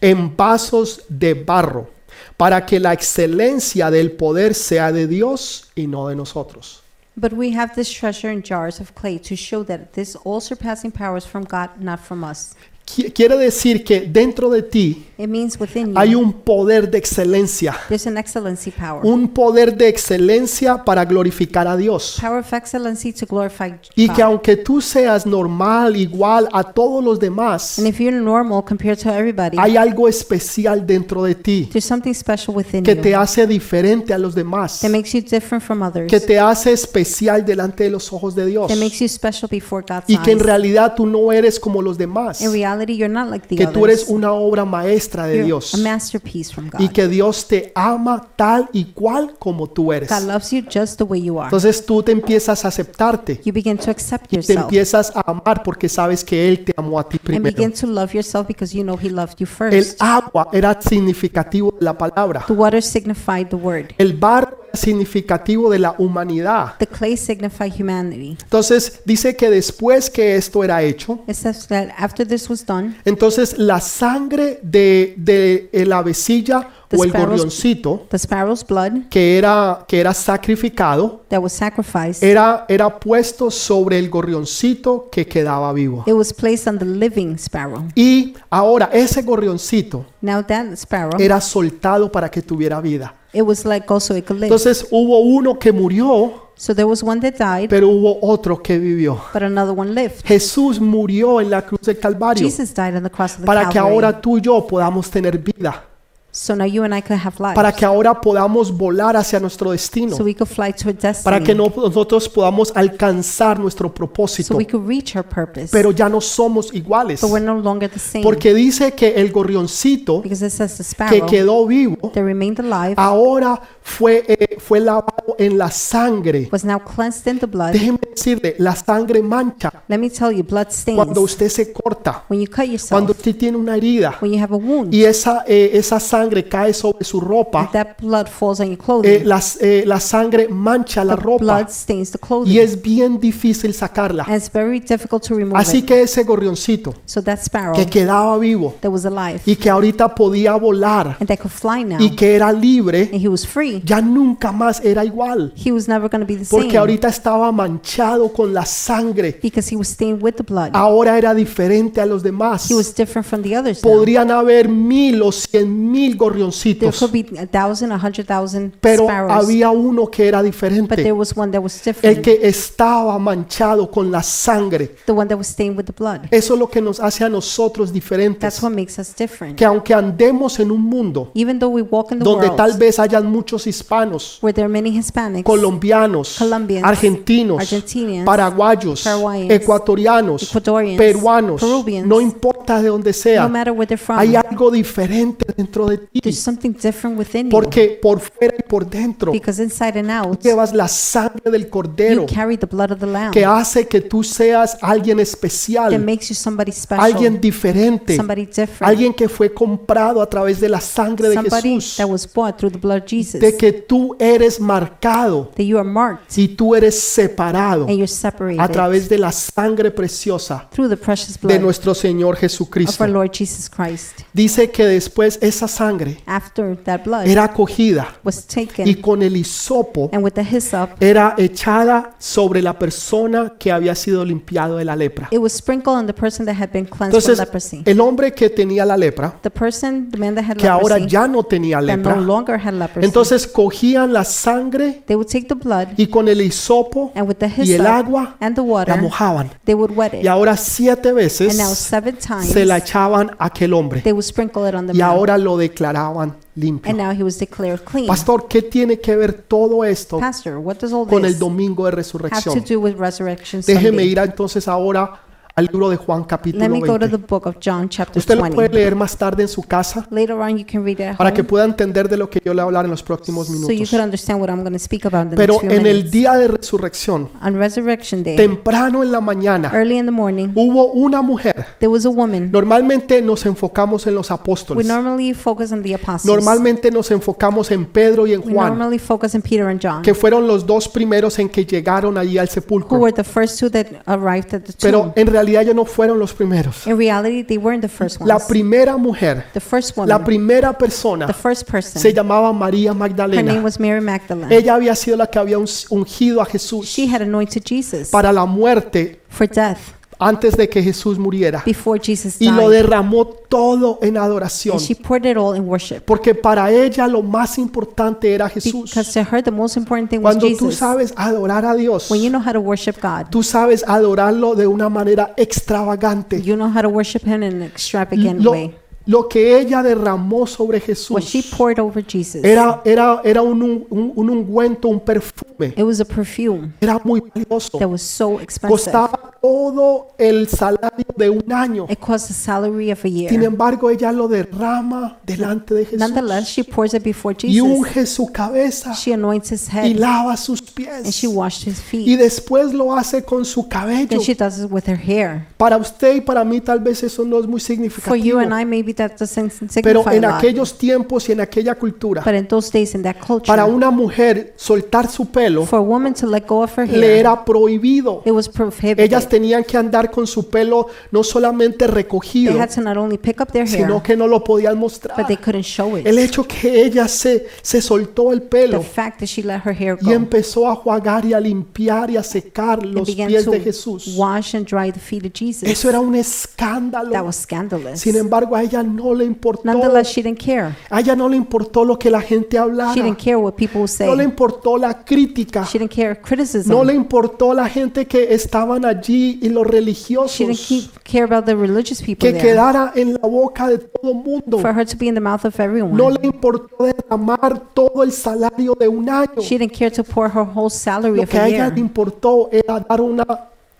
Speaker 1: en vasos de barro, para que la excelencia del poder sea de Dios y no de nosotros.
Speaker 2: But we have this treasure in jars of clay to show that this all surpassing power is from God, not from us.
Speaker 1: Qui- Quiere decir que dentro de ti
Speaker 2: It means within
Speaker 1: hay
Speaker 2: you
Speaker 1: un poder de excelencia,
Speaker 2: there's an excellency power.
Speaker 1: un poder de excelencia para glorificar a Dios.
Speaker 2: Power of excellency to glorify
Speaker 1: Y que
Speaker 2: God.
Speaker 1: aunque tú seas normal, igual a todos los demás,
Speaker 2: And if you're normal compared to everybody,
Speaker 1: hay algo especial dentro de ti
Speaker 2: there's something special within
Speaker 1: que te
Speaker 2: you
Speaker 1: hace diferente a los demás,
Speaker 2: that makes you different from others,
Speaker 1: que te hace especial delante de los ojos de Dios
Speaker 2: that makes you special before God's
Speaker 1: y que en
Speaker 2: eyes.
Speaker 1: realidad tú no eres como los demás,
Speaker 2: In reality, you're not like the
Speaker 1: que tú eres
Speaker 2: others.
Speaker 1: una obra maestra de
Speaker 2: You're
Speaker 1: Dios
Speaker 2: a masterpiece from God.
Speaker 1: y que Dios te ama tal y cual como tú eres.
Speaker 2: God loves you just the way you are.
Speaker 1: Entonces tú te empiezas a aceptarte
Speaker 2: You begin to accept
Speaker 1: y te
Speaker 2: yourself
Speaker 1: empiezas a amar porque sabes que Él te amó a ti
Speaker 2: and begin
Speaker 1: primero.
Speaker 2: to love yourself because you know He loved you
Speaker 1: El
Speaker 2: first.
Speaker 1: agua era significativo de la palabra.
Speaker 2: The water signified the Word.
Speaker 1: El barro era significativo de la humanidad.
Speaker 2: The clay signified humanity.
Speaker 1: Entonces dice que después que esto era hecho,
Speaker 2: It says that after this was done,
Speaker 1: entonces la sangre de, de la avecilla o el gorrioncito
Speaker 2: the sparrow's blood
Speaker 1: que era, que era sacrificado
Speaker 2: that was sacrificed,
Speaker 1: era, era puesto sobre el gorrioncito que quedaba vivo.
Speaker 2: it was placed on the living sparrow.
Speaker 1: Y ahora ese gorrioncito
Speaker 2: Now that sparrow,
Speaker 1: era soltado para que tuviera vida.
Speaker 2: it was like also it could live.
Speaker 1: Entonces hubo uno que murió,
Speaker 2: So there was one that died,
Speaker 1: pero hubo otro que vivió.
Speaker 2: but another one lived.
Speaker 1: Jesús murió en la cruz del Calvario
Speaker 2: Jesus died on the cross of the
Speaker 1: para que
Speaker 2: Calvary.
Speaker 1: ahora tú y yo podamos tener vida,
Speaker 2: So now you and I could have life.
Speaker 1: para que ahora podamos volar hacia nuestro destino,
Speaker 2: So we could fly to a
Speaker 1: para que
Speaker 2: destiny.
Speaker 1: no- nosotros podamos alcanzar nuestro
Speaker 2: So
Speaker 1: propósito.
Speaker 2: we could reach our purpose.
Speaker 1: Pero ya no somos iguales,
Speaker 2: But we're no longer the same.
Speaker 1: porque dice que el gorrioncito
Speaker 2: because it says
Speaker 1: que
Speaker 2: the
Speaker 1: Ah.
Speaker 2: sparrow
Speaker 1: quedó vivo
Speaker 2: that remained alive
Speaker 1: ahora fue, eh, fue lavado en la sangre.
Speaker 2: was now cleansed in the blood.
Speaker 1: Déjeme decirle, la sangre mancha
Speaker 2: Let me tell you, blood
Speaker 1: cuando
Speaker 2: stains.
Speaker 1: usted se corta,
Speaker 2: When you cut yourself,
Speaker 1: cuando usted tiene una herida
Speaker 2: when you have a wound,
Speaker 1: y esa, eh, esa sangre cae sobre su ropa,
Speaker 2: that blood falls on your
Speaker 1: eh,
Speaker 2: clothing.
Speaker 1: las- eh, la sangre mancha la
Speaker 2: the
Speaker 1: ropa
Speaker 2: blood stains the clothing.
Speaker 1: y es bien difícil sacarla.
Speaker 2: and it's very difficult to remove
Speaker 1: Así
Speaker 2: it.
Speaker 1: que ese gorrioncito
Speaker 2: So that sparrow
Speaker 1: que quedaba vivo
Speaker 2: that was alive
Speaker 1: y que ahorita podía volar
Speaker 2: and that could fly now
Speaker 1: y que era libre,
Speaker 2: and he was free,
Speaker 1: ya nunca más era igual.
Speaker 2: he was never going to be the same
Speaker 1: Porque ahorita estaba manchado con la sangre.
Speaker 2: because he was stained with the blood.
Speaker 1: Ahora era diferente a los demás.
Speaker 2: he was different from the others. now.
Speaker 1: Podrían haber mil o cien mil
Speaker 2: There
Speaker 1: gorrioncitos,
Speaker 2: could be a thousand, a hundred thousand
Speaker 1: pero
Speaker 2: sparrows,
Speaker 1: había uno que era
Speaker 2: but
Speaker 1: diferente,
Speaker 2: there was one that was
Speaker 1: el
Speaker 2: different,
Speaker 1: que estaba manchado con la sangre.
Speaker 2: the one that was stained with the blood.
Speaker 1: Eso es lo que nos hace a nosotros
Speaker 2: That's
Speaker 1: diferentes,
Speaker 2: what makes us different.
Speaker 1: que aunque andemos en un mundo
Speaker 2: Even though we walk in the
Speaker 1: donde
Speaker 2: world
Speaker 1: tal vez hayan muchos hispanos,
Speaker 2: where there are many Hispanics,
Speaker 1: colombianos,
Speaker 2: Colombians,
Speaker 1: argentinos,
Speaker 2: Argentinians,
Speaker 1: paraguayos,
Speaker 2: Paraguayans,
Speaker 1: ecuatorianos,
Speaker 2: Ecuadorians,
Speaker 1: peruanos,
Speaker 2: Peruvians,
Speaker 1: no importa de dónde
Speaker 2: no
Speaker 1: sea,
Speaker 2: matter where they're from,
Speaker 1: hay algo diferente dentro de ti,
Speaker 2: there's something different within you
Speaker 1: porque por fuera y por dentro
Speaker 2: because inside and out,
Speaker 1: llevas la sangre del
Speaker 2: you
Speaker 1: cordero
Speaker 2: carry the blood of the Lamb
Speaker 1: que hace que tú seas alguien
Speaker 2: that
Speaker 1: especial,
Speaker 2: makes you somebody special,
Speaker 1: alguien diferente,
Speaker 2: somebody different,
Speaker 1: alguien que fue comprado a través de la sangre de
Speaker 2: somebody
Speaker 1: Jesús,
Speaker 2: that was bought through the blood of Jesus,
Speaker 1: de que tú eres marcado
Speaker 2: that you are marked
Speaker 1: y tú eres separado
Speaker 2: and you're separated
Speaker 1: a través de la sangre preciosa
Speaker 2: through the precious
Speaker 1: de
Speaker 2: blood
Speaker 1: nuestro Señor
Speaker 2: of our
Speaker 1: Jesucristo.
Speaker 2: Lord Jesus Christ.
Speaker 1: Dice que después esa sangre
Speaker 2: After that blood
Speaker 1: era acogida
Speaker 2: was taken
Speaker 1: y con el hisopo
Speaker 2: and with the hyssop,
Speaker 1: era echada sobre la persona que había sido limpiado de la lepra.
Speaker 2: it was sprinkled on the person that had been cleansed from
Speaker 1: Entonces,
Speaker 2: leprosy.
Speaker 1: el hombre que tenía la lepra,
Speaker 2: The person, the man that had
Speaker 1: que ahora
Speaker 2: leprosy,
Speaker 1: ya no tenía
Speaker 2: that no
Speaker 1: lepra,
Speaker 2: longer had leprosy,
Speaker 1: entonces cogían la sangre
Speaker 2: they would take the blood
Speaker 1: y con el hisopo
Speaker 2: and with the
Speaker 1: y el
Speaker 2: hyssop
Speaker 1: agua
Speaker 2: and the
Speaker 1: la
Speaker 2: water,
Speaker 1: mojaban.
Speaker 2: they would wet it.
Speaker 1: Y ahora siete
Speaker 2: and now
Speaker 1: veces
Speaker 2: seven times,
Speaker 1: se la echaban a aquel hombre.
Speaker 2: they would sprinkle it on the
Speaker 1: Y
Speaker 2: man.
Speaker 1: ahora lo declaraban
Speaker 2: And
Speaker 1: limpio.
Speaker 2: now he was declared clean.
Speaker 1: Pastor, ¿qué tiene que ver todo esto
Speaker 2: Pastor, what does all
Speaker 1: con el
Speaker 2: this
Speaker 1: domingo de
Speaker 2: have to
Speaker 1: resurrección?
Speaker 2: do with resurrection
Speaker 1: Déjeme
Speaker 2: Sunday?
Speaker 1: ir a- entonces ahora al libro de Juan
Speaker 2: Let me
Speaker 1: capítulo
Speaker 2: go to the
Speaker 1: 20.
Speaker 2: book of John chapter
Speaker 1: Usted lo puede
Speaker 2: 20.
Speaker 1: leer más tarde en su casa
Speaker 2: Later on you can read it at
Speaker 1: para que
Speaker 2: home,
Speaker 1: pueda entender de lo que yo le voy a hablar en los próximos
Speaker 2: so you
Speaker 1: minutos.
Speaker 2: could understand what I'm going to speak about in the
Speaker 1: Pero
Speaker 2: next few
Speaker 1: en el
Speaker 2: minutes.
Speaker 1: día de resurrección,
Speaker 2: on resurrection day,
Speaker 1: temprano en la mañana,
Speaker 2: early in the morning,
Speaker 1: hubo una mujer.
Speaker 2: there was a woman.
Speaker 1: Normalmente nos enfocamos en los
Speaker 2: We
Speaker 1: apóstoles.
Speaker 2: normally focus on the apostles.
Speaker 1: Normalmente nos enfocamos en Pedro y en
Speaker 2: we
Speaker 1: Juan,
Speaker 2: normally focus on Peter and John,
Speaker 1: que fueron los dos primeros en que llegaron allí al
Speaker 2: who
Speaker 1: sepulcro.
Speaker 2: were the first two that arrived at the tomb.
Speaker 1: Pero en realidad ellos no fueron los primeros.
Speaker 2: In reality, they weren't the first
Speaker 1: La
Speaker 2: ones.
Speaker 1: primera mujer,
Speaker 2: The first
Speaker 1: la
Speaker 2: woman,
Speaker 1: primera persona
Speaker 2: the first
Speaker 1: se
Speaker 2: person,
Speaker 1: llamaba María
Speaker 2: her name
Speaker 1: Magdalena.
Speaker 2: was Mary Magdalene.
Speaker 1: Ella había sido la que había un- ungido a Jesús
Speaker 2: She had anointed Jesus
Speaker 1: para la muerte
Speaker 2: for death
Speaker 1: antes de que Jesús muriera
Speaker 2: before Jesus
Speaker 1: y lo
Speaker 2: died.
Speaker 1: derramó todo en adoración.
Speaker 2: And she poured it all in worship.
Speaker 1: Porque para ella lo más importante era Jesús.
Speaker 2: Because to her, the most important thing was
Speaker 1: Cuando tú
Speaker 2: Jesus.
Speaker 1: sabes adorar a Dios,
Speaker 2: When you know how to worship God,
Speaker 1: tú sabes adorarlo de una manera extravagante.
Speaker 2: you know how to worship Him in an extravagant
Speaker 1: Lo,
Speaker 2: way.
Speaker 1: lo que ella derramó sobre
Speaker 2: What she
Speaker 1: Jesús
Speaker 2: poured over Jesus,
Speaker 1: era, era, era un, un- un ungüento, un perfume.
Speaker 2: it was a perfume
Speaker 1: Era muy valioso.
Speaker 2: that was so expensive.
Speaker 1: Costaba todo el salario de un año.
Speaker 2: It cost the salary of a
Speaker 1: Sin
Speaker 2: year.
Speaker 1: embargo, ella lo derrama delante de Jesús
Speaker 2: Nonetheless, she pours it before
Speaker 1: y
Speaker 2: Jesus.
Speaker 1: unge su cabeza
Speaker 2: She anoints His
Speaker 1: y
Speaker 2: head
Speaker 1: lava sus
Speaker 2: and
Speaker 1: pies.
Speaker 2: she washed His
Speaker 1: y
Speaker 2: feet.
Speaker 1: después lo hace con su cabello.
Speaker 2: Then she does it with her hair.
Speaker 1: Para usted y para mí tal vez eso no es muy
Speaker 2: For you
Speaker 1: significativo,
Speaker 2: and I, maybe that doesn't
Speaker 1: pero
Speaker 2: signify a
Speaker 1: en
Speaker 2: lot.
Speaker 1: aquellos tiempos y en aquella cultura,
Speaker 2: But in those days, in that
Speaker 1: para
Speaker 2: culture,
Speaker 1: una mujer soltar su pelo
Speaker 2: for a woman to let go of her
Speaker 1: le
Speaker 2: hair,
Speaker 1: era prohibido.
Speaker 2: it was
Speaker 1: Ellas
Speaker 2: prohibited.
Speaker 1: tenían que andar con su pelo no solamente
Speaker 2: They
Speaker 1: recogido,
Speaker 2: had to not only pick up their hair,
Speaker 1: sino que no lo podían mostrar.
Speaker 2: but they couldn't show it.
Speaker 1: El hecho que ella se, se soltó el
Speaker 2: The
Speaker 1: pelo
Speaker 2: fact that she let her hair
Speaker 1: y
Speaker 2: go
Speaker 1: empezó a jugar y a limpiar y a secar
Speaker 2: and
Speaker 1: los
Speaker 2: began
Speaker 1: pies de
Speaker 2: to
Speaker 1: Jesús.
Speaker 2: wash and dry the feet of Jesus,
Speaker 1: Eso era un
Speaker 2: that
Speaker 1: escándalo.
Speaker 2: was scandalous.
Speaker 1: Sin embargo, a ella no le importó
Speaker 2: Nonetheless, she didn't care.
Speaker 1: A ella no le importó lo que la gente
Speaker 2: She
Speaker 1: hablara.
Speaker 2: didn't care what people would
Speaker 1: No le
Speaker 2: say.
Speaker 1: importó la crítica.
Speaker 2: She didn't care criticism.
Speaker 1: No le importó la gente que estaban allí y los
Speaker 2: she didn't
Speaker 1: religiosos.
Speaker 2: keep, care about the religious people
Speaker 1: Que
Speaker 2: there.
Speaker 1: quedara en la boca de todo mundo.
Speaker 2: For her to be in the mouth of everyone.
Speaker 1: No le importó derramar todo el salario de un año.
Speaker 2: she didn't care to pour her whole salary
Speaker 1: Lo
Speaker 2: of
Speaker 1: que
Speaker 2: a
Speaker 1: a ella
Speaker 2: year.
Speaker 1: le importó era dar una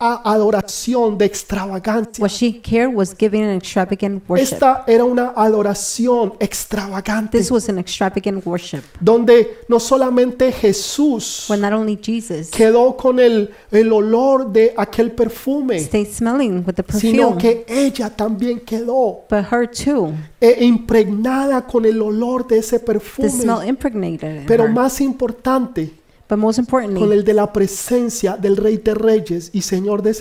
Speaker 1: a- adoración de extravagancia.
Speaker 2: What she cared was giving an extravagant worship.
Speaker 1: Esta era una adoración extravagante
Speaker 2: this was an extravagant worship
Speaker 1: donde no solamente Jesús
Speaker 2: when not only Jesus
Speaker 1: quedó con el, el olor de aquel perfume,
Speaker 2: stayed smelling with the
Speaker 1: sino
Speaker 2: Este
Speaker 1: que
Speaker 2: perfume,
Speaker 1: ella también quedó
Speaker 2: but her too.
Speaker 1: eh, impregnada con el olor de ese
Speaker 2: The smell
Speaker 1: perfume,
Speaker 2: impregnated in
Speaker 1: pero
Speaker 2: her.
Speaker 1: más importante,
Speaker 2: but most importantly,
Speaker 1: con el de la presencia del Rey de Reyes y Señor de
Speaker 2: with the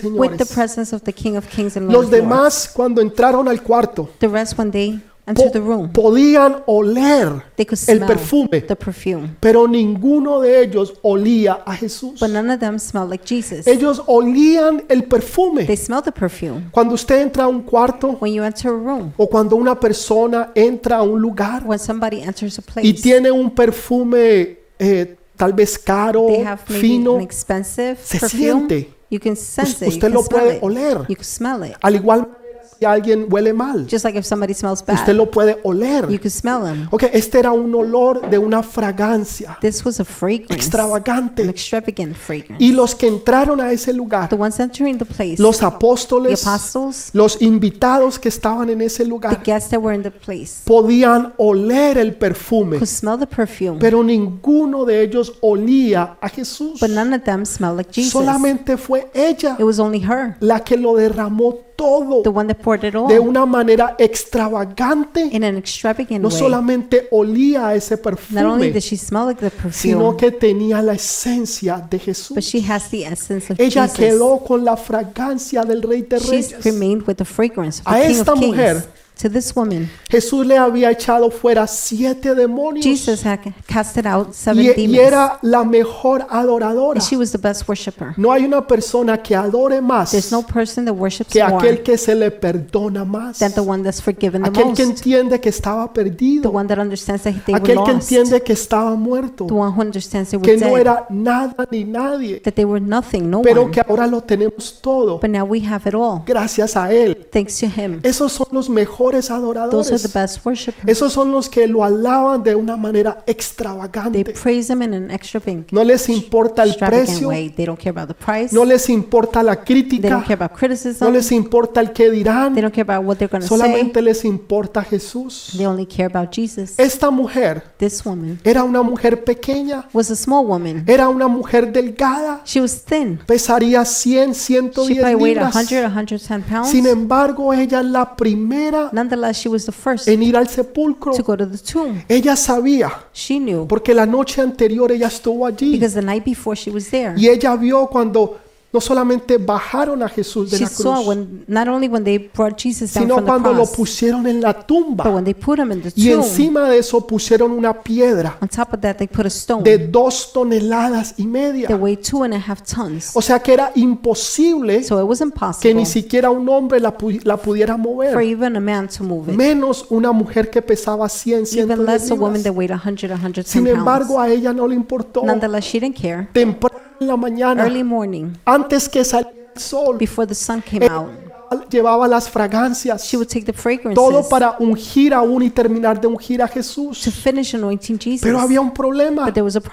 Speaker 1: Señores.
Speaker 2: presence of the King of Kings and Lord
Speaker 1: Los
Speaker 2: of Lords.
Speaker 1: demás, cuando entraron al cuarto,
Speaker 2: The rest, when they
Speaker 1: po-
Speaker 2: entered the room,
Speaker 1: podían oler
Speaker 2: they could
Speaker 1: el
Speaker 2: smell
Speaker 1: perfume,
Speaker 2: the perfume,
Speaker 1: pero ninguno de ellos olía a Jesús.
Speaker 2: but none of them smelled like Jesus.
Speaker 1: Ellos olían el
Speaker 2: They
Speaker 1: perfume.
Speaker 2: smelled the perfume.
Speaker 1: Cuando usted entra a un cuarto,
Speaker 2: When you enter a room,
Speaker 1: o cuando una persona entra a un lugar
Speaker 2: when somebody enters a
Speaker 1: y
Speaker 2: place,
Speaker 1: tiene un perfume eh, tal vez caro,
Speaker 2: they have maybe an
Speaker 1: fino,
Speaker 2: expensive
Speaker 1: se
Speaker 2: perfume.
Speaker 1: siente.
Speaker 2: You can sense
Speaker 1: Us-
Speaker 2: it. You
Speaker 1: usted
Speaker 2: can
Speaker 1: lo
Speaker 2: smell
Speaker 1: puede
Speaker 2: it.
Speaker 1: oler.
Speaker 2: You can smell it.
Speaker 1: al igual manera, si alguien huele mal,
Speaker 2: Just like if somebody smells bad,
Speaker 1: usted lo puede
Speaker 2: you
Speaker 1: oler.
Speaker 2: can smell them.
Speaker 1: Ok, este era un olor de una fragancia
Speaker 2: This was a fragrance, an
Speaker 1: extravagante.
Speaker 2: extravagant fragrance.
Speaker 1: Y los que entraron a ese lugar,
Speaker 2: the ones entering the place,
Speaker 1: los
Speaker 2: the
Speaker 1: apóstoles,
Speaker 2: apostles,
Speaker 1: los invitados que estaban en ese
Speaker 2: the
Speaker 1: lugar,
Speaker 2: guests that were in the place,
Speaker 1: podían oler el perfume,
Speaker 2: could smell the perfume,
Speaker 1: pero ninguno de ellos olía a Jesús.
Speaker 2: but none of them smelled like Jesus.
Speaker 1: Solamente fue ella
Speaker 2: it was only her,
Speaker 1: la que lo derramó todo
Speaker 2: the one that poured it all
Speaker 1: de una manera extravagante.
Speaker 2: in an extravagant
Speaker 1: No
Speaker 2: way.
Speaker 1: solamente olía a ese
Speaker 2: Not only
Speaker 1: perfume,
Speaker 2: did she smell like the perfume,
Speaker 1: sino que tenía la esencia de
Speaker 2: but
Speaker 1: Jesús.
Speaker 2: she has the essence of
Speaker 1: Ella
Speaker 2: Jesus.
Speaker 1: quedó con la fragancia del Rey de
Speaker 2: She's
Speaker 1: Reyes.
Speaker 2: remained with the fragrance of the
Speaker 1: A
Speaker 2: King
Speaker 1: esta
Speaker 2: of Kings.
Speaker 1: mujer-
Speaker 2: to this woman,
Speaker 1: Jesús le había echado fuera siete demonios
Speaker 2: Jesus had casted out seven
Speaker 1: y, y
Speaker 2: demons,
Speaker 1: era la mejor adoradora.
Speaker 2: and she was the best worshiper.
Speaker 1: No hay una persona que adore
Speaker 2: There's
Speaker 1: más
Speaker 2: no person that worships
Speaker 1: que
Speaker 2: more
Speaker 1: aquel que se le perdona más,
Speaker 2: than the one that's forgiven the
Speaker 1: aquel que
Speaker 2: most,
Speaker 1: entiende que estaba
Speaker 2: the
Speaker 1: perdido,
Speaker 2: one that understands that they were
Speaker 1: aquel que
Speaker 2: lost,
Speaker 1: entiende que estaba
Speaker 2: the
Speaker 1: muerto,
Speaker 2: one who understands they were
Speaker 1: que no
Speaker 2: dead,
Speaker 1: era nada ni nadie,
Speaker 2: that they were nothing, no
Speaker 1: pero
Speaker 2: one.
Speaker 1: que ahora lo tenemos todo
Speaker 2: But now we have it all,
Speaker 1: gracias a Él.
Speaker 2: thanks to Him.
Speaker 1: Esos son los mejores
Speaker 2: Those are the
Speaker 1: adoradores.
Speaker 2: best worshipers.
Speaker 1: Esos son los que lo alaban de una manera
Speaker 2: They
Speaker 1: extravagante.
Speaker 2: praise Him in an extravagant,
Speaker 1: No les importa el
Speaker 2: extravagant
Speaker 1: precio,
Speaker 2: way. They don't care about the price.
Speaker 1: no les importa la
Speaker 2: They don't
Speaker 1: crítica,
Speaker 2: care about
Speaker 1: no
Speaker 2: criticism.
Speaker 1: les importa el que
Speaker 2: They
Speaker 1: dirán,
Speaker 2: don't care about what they're going to say.
Speaker 1: solamente les importa Jesús.
Speaker 2: They only care about Jesus.
Speaker 1: Esta mujer
Speaker 2: This woman
Speaker 1: Era una mujer pequeña,
Speaker 2: was a small woman.
Speaker 1: era una mujer delgada,
Speaker 2: She was thin.
Speaker 1: pesaría 100,
Speaker 2: She
Speaker 1: 110
Speaker 2: probably weighed
Speaker 1: libras.
Speaker 2: 100, 110
Speaker 1: Sin
Speaker 2: pounds.
Speaker 1: embargo, ella es la primera
Speaker 2: Nonetheless, she was the first
Speaker 1: en ir al sepulcro.
Speaker 2: to go to the tomb.
Speaker 1: Ella sabía,
Speaker 2: She knew
Speaker 1: porque la noche anterior ella estuvo allí
Speaker 2: because the night before she was there.
Speaker 1: y ella vio cuando no solamente bajaron a Jesús de
Speaker 2: She
Speaker 1: la
Speaker 2: saw
Speaker 1: cruz,
Speaker 2: when not only when they brought Jesus down
Speaker 1: sino
Speaker 2: from the
Speaker 1: cuando lo
Speaker 2: cross,
Speaker 1: pusieron en la
Speaker 2: but
Speaker 1: tumba.
Speaker 2: when they put him in the
Speaker 1: Y
Speaker 2: tomb,
Speaker 1: encima de eso pusieron una piedra
Speaker 2: on top of that they put a stone
Speaker 1: de dos toneladas y
Speaker 2: that
Speaker 1: media.
Speaker 2: weighed two and a half tons.
Speaker 1: O sea que era imposible
Speaker 2: So it was
Speaker 1: que
Speaker 2: impossible
Speaker 1: ni siquiera un hombre la, pu- la pudiera
Speaker 2: for
Speaker 1: mover,
Speaker 2: even a man to move it,
Speaker 1: menos una mujer que pesaba 100,
Speaker 2: even
Speaker 1: 100
Speaker 2: less a woman
Speaker 1: libras.
Speaker 2: that weighed 100, 110
Speaker 1: Sin
Speaker 2: pounds.
Speaker 1: embargo, a ella no le importó.
Speaker 2: Nonetheless, she didn't care.
Speaker 1: Temprano en la mañana,
Speaker 2: Early morning,
Speaker 1: antes que saliera el sol,
Speaker 2: before the sun came
Speaker 1: Eh.
Speaker 2: out,
Speaker 1: ella llevaba las fragancias,
Speaker 2: she would take the
Speaker 1: todo
Speaker 2: fragrances
Speaker 1: para ungir aún y terminar de ungir a
Speaker 2: to
Speaker 1: Jesús.
Speaker 2: finish anointing Jesus.
Speaker 1: Pero había un problema.
Speaker 2: But there was a
Speaker 1: La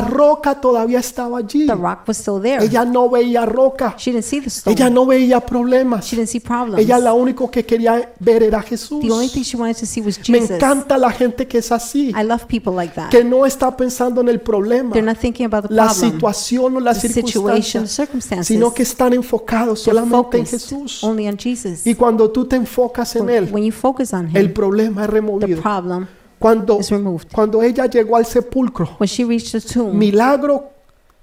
Speaker 2: problem.
Speaker 1: roca todavía estaba allí.
Speaker 2: The rock was still there.
Speaker 1: Ella no veía roca.
Speaker 2: She didn't see the stone.
Speaker 1: Ella no veía problemas.
Speaker 2: She didn't see problems.
Speaker 1: Ella la único que quería ver era Jesús.
Speaker 2: The only thing she wanted to see was
Speaker 1: Me
Speaker 2: Jesus.
Speaker 1: encanta la gente que es así,
Speaker 2: I love people like that.
Speaker 1: que no está pensando en el problema,
Speaker 2: They're not thinking about the
Speaker 1: la
Speaker 2: problem,
Speaker 1: situación o las
Speaker 2: the situation, the
Speaker 1: circunstancias,
Speaker 2: circumstances.
Speaker 1: sino que están enfocados
Speaker 2: They're
Speaker 1: solamente en
Speaker 2: focused
Speaker 1: Jesús.
Speaker 2: only on Jesus.
Speaker 1: Y cuando tú te enfocas en
Speaker 2: When
Speaker 1: Él,
Speaker 2: you focus on
Speaker 1: el
Speaker 2: Him,
Speaker 1: problema es
Speaker 2: the
Speaker 1: removido.
Speaker 2: problem
Speaker 1: Cuando,
Speaker 2: is removed.
Speaker 1: cuando ella llegó al sepulcro,
Speaker 2: When she reached the tomb,
Speaker 1: milagro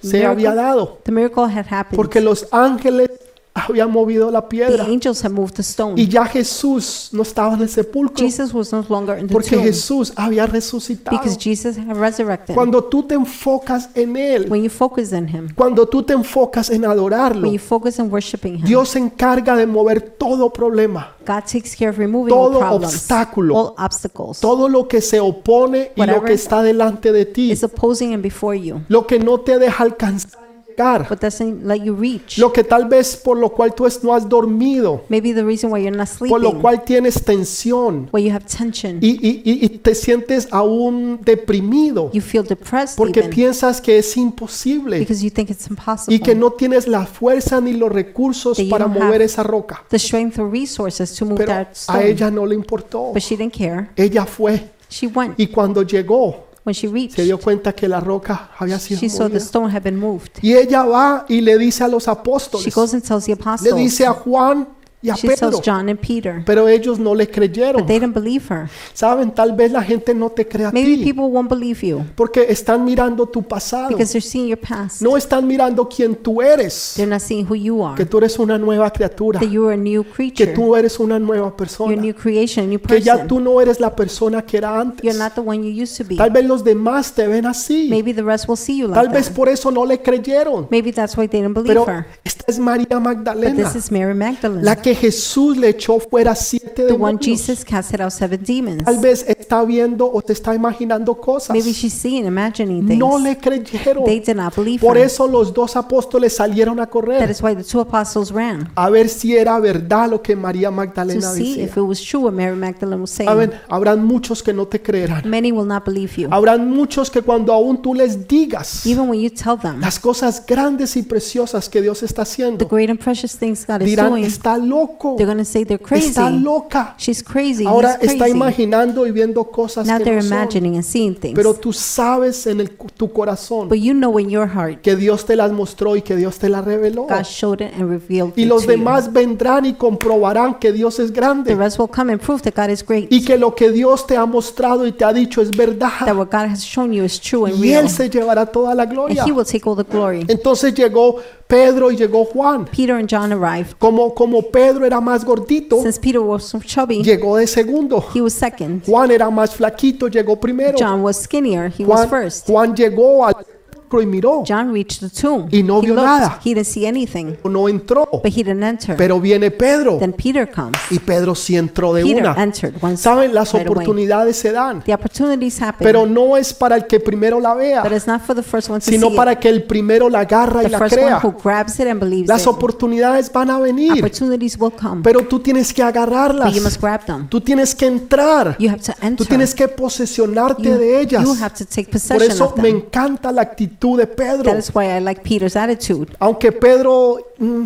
Speaker 1: se
Speaker 2: Miracle.
Speaker 1: había dado,
Speaker 2: the miracle had happened.
Speaker 1: porque los ángeles habían movido la
Speaker 2: The
Speaker 1: piedra
Speaker 2: angels had moved the stone.
Speaker 1: y ya Jesús no estaba en el sepulcro,
Speaker 2: Jesus was no longer in the
Speaker 1: porque
Speaker 2: tomb
Speaker 1: Jesús había resucitado.
Speaker 2: because Jesus had resurrected.
Speaker 1: Cuando tú te enfocas en Él,
Speaker 2: When you focus on Him,
Speaker 1: cuando tú te enfocas en adorarlo,
Speaker 2: when you focus on worshiping Him,
Speaker 1: Dios se encarga de mover todo problema,
Speaker 2: God takes care of removing all
Speaker 1: todo
Speaker 2: problems,
Speaker 1: obstáculo,
Speaker 2: all obstacles.
Speaker 1: todo lo que se opone y lo
Speaker 2: Whatever
Speaker 1: que está delante de ti,
Speaker 2: It's opposing Him before you,
Speaker 1: lo que no te deja alcanzar, llegar,
Speaker 2: but doesn't let you reach.
Speaker 1: lo que tal vez por lo cual tú es- no has dormido,
Speaker 2: Maybe the reason why you're not
Speaker 1: por lo
Speaker 2: sleeping,
Speaker 1: cual tienes tensión
Speaker 2: why you have tension,
Speaker 1: y, y- y- y te sientes aún deprimido
Speaker 2: you feel depressed
Speaker 1: porque
Speaker 2: even
Speaker 1: piensas que es imposible
Speaker 2: because you think it's
Speaker 1: y que
Speaker 2: impossible.
Speaker 1: no tienes la fuerza ni los recursos
Speaker 2: That you
Speaker 1: para
Speaker 2: don't
Speaker 1: mover
Speaker 2: have.
Speaker 1: esa roca.
Speaker 2: The strength or resources to move
Speaker 1: Pero
Speaker 2: that
Speaker 1: a
Speaker 2: stone, Pues
Speaker 1: ella no le importó.
Speaker 2: but she didn't care.
Speaker 1: Ella fue
Speaker 2: She went
Speaker 1: y cuando llegó
Speaker 2: when she reached.
Speaker 1: se dio cuenta que la roca había
Speaker 2: She
Speaker 1: sido
Speaker 2: saw the
Speaker 1: movida.
Speaker 2: stone had been moved.
Speaker 1: Y ella va y le dice a los
Speaker 2: She
Speaker 1: apóstoles,
Speaker 2: goes and tells the
Speaker 1: le
Speaker 2: apostles.
Speaker 1: dice a Juan y a
Speaker 2: She
Speaker 1: Pedro,
Speaker 2: tells John and Peter.
Speaker 1: pero ellos no le creyeron.
Speaker 2: They didn't believe her.
Speaker 1: Saben, tal vez la gente no te crea a
Speaker 2: Maybe
Speaker 1: ti
Speaker 2: people won't believe you
Speaker 1: porque están mirando tu pasado,
Speaker 2: because they're seeing your past.
Speaker 1: no están mirando quién tú eres,
Speaker 2: They're not seeing who you are.
Speaker 1: que tú eres una nueva criatura,
Speaker 2: That you are a new
Speaker 1: que
Speaker 2: creature.
Speaker 1: tú eres una nueva
Speaker 2: You're a
Speaker 1: persona,
Speaker 2: new creation, a new
Speaker 1: que ya
Speaker 2: person.
Speaker 1: tú no eres la persona que era
Speaker 2: You're
Speaker 1: antes.
Speaker 2: not the one you used to be.
Speaker 1: Tal vez los demás te ven así,
Speaker 2: Maybe the rest will see you
Speaker 1: tal
Speaker 2: like
Speaker 1: vez
Speaker 2: that.
Speaker 1: por eso no le creyeron.
Speaker 2: Maybe that's why they didn't believe
Speaker 1: Pero
Speaker 2: her.
Speaker 1: esta es María
Speaker 2: But
Speaker 1: Magdalena,
Speaker 2: this is Mary Magdalene,
Speaker 1: la que Jesús le echó fuera siete
Speaker 2: the one
Speaker 1: demonios.
Speaker 2: Jesus casted out seven demons.
Speaker 1: Tal vez está viendo o te está imaginando cosas.
Speaker 2: Maybe she's seeing, imagining
Speaker 1: No
Speaker 2: things.
Speaker 1: le creyeron.
Speaker 2: They did not believe
Speaker 1: Por
Speaker 2: her.
Speaker 1: eso los dos apóstoles salieron a
Speaker 2: That
Speaker 1: correr
Speaker 2: is why the two apostles ran
Speaker 1: a ver si era verdad lo que María
Speaker 2: to
Speaker 1: Magdalena
Speaker 2: see
Speaker 1: decía.
Speaker 2: if it was true what Mary Magdalene was saying.
Speaker 1: Saben, habrán muchos que no te creerán.
Speaker 2: Many will not believe you.
Speaker 1: Habrán muchos que cuando aún tú les digas
Speaker 2: Even when you tell them
Speaker 1: las cosas grandes y preciosas que Dios está
Speaker 2: the
Speaker 1: haciendo,
Speaker 2: great and precious things God is
Speaker 1: dirán,
Speaker 2: doing,
Speaker 1: está loco,
Speaker 2: they're going to say they're
Speaker 1: está
Speaker 2: crazy.
Speaker 1: loca.
Speaker 2: She's crazy.
Speaker 1: Ahora
Speaker 2: He's
Speaker 1: está
Speaker 2: crazy.
Speaker 1: imaginando y viendo cosas
Speaker 2: Now
Speaker 1: que
Speaker 2: they're
Speaker 1: no son.
Speaker 2: imagining and seeing things.
Speaker 1: Pero tú sabes en el- tu corazón
Speaker 2: But you know in your heart,
Speaker 1: que Dios te las mostró y que Dios te las reveló.
Speaker 2: God showed it and revealed
Speaker 1: Y
Speaker 2: it
Speaker 1: los
Speaker 2: to you.
Speaker 1: demás vendrán y comprobarán que Dios es
Speaker 2: The
Speaker 1: grande
Speaker 2: rest will come and prove that God is great.
Speaker 1: y que lo que Dios te ha mostrado y te ha dicho es
Speaker 2: That
Speaker 1: verdad.
Speaker 2: what God has shown you is true and
Speaker 1: Y
Speaker 2: real.
Speaker 1: Él se llevará toda la
Speaker 2: And
Speaker 1: gloria.
Speaker 2: He will take all the glory.
Speaker 1: Entonces llegó Pedro y llegó Juan.
Speaker 2: Peter and John arrived.
Speaker 1: Como, como Pedro era más gordito,
Speaker 2: Since Peter was so chubby,
Speaker 1: llegó de segundo.
Speaker 2: he was second.
Speaker 1: Juan era más flaquito, llegó primero.
Speaker 2: John was skinnier. He was
Speaker 1: Juan,
Speaker 2: first.
Speaker 1: Juan llegó al sepulcro y miró.
Speaker 2: John reached the tomb.
Speaker 1: Y no
Speaker 2: he
Speaker 1: vio
Speaker 2: looked.
Speaker 1: nada.
Speaker 2: He didn't see anything.
Speaker 1: No entró.
Speaker 2: But he didn't enter.
Speaker 1: Pero viene Pedro
Speaker 2: then Peter comes.
Speaker 1: y Pedro sí entró de
Speaker 2: Peter
Speaker 1: una.
Speaker 2: entered once.
Speaker 1: Saben, las
Speaker 2: right away.
Speaker 1: oportunidades se dan,
Speaker 2: The opportunities happen.
Speaker 1: pero no es para el que primero la
Speaker 2: but
Speaker 1: vea,
Speaker 2: it's not for the first one to
Speaker 1: sino
Speaker 2: see
Speaker 1: para
Speaker 2: it.
Speaker 1: que el primero la agarra y
Speaker 2: The
Speaker 1: la
Speaker 2: first one
Speaker 1: crea.
Speaker 2: who grabs it and believes
Speaker 1: Las
Speaker 2: it.
Speaker 1: oportunidades van a venir,
Speaker 2: Opportunities will come.
Speaker 1: pero tú tienes que
Speaker 2: but you must
Speaker 1: agarrarlas.
Speaker 2: grab them.
Speaker 1: Tú tienes que entrar.
Speaker 2: You have to enter.
Speaker 1: Tú tienes que
Speaker 2: you,
Speaker 1: posesionarte de
Speaker 2: you
Speaker 1: ellas.
Speaker 2: have to take
Speaker 1: Por
Speaker 2: possession
Speaker 1: eso
Speaker 2: of
Speaker 1: me
Speaker 2: them.
Speaker 1: encanta la actitud de Pedro.
Speaker 2: That is why I like Peter's attitude.
Speaker 1: Aunque Pedro mm,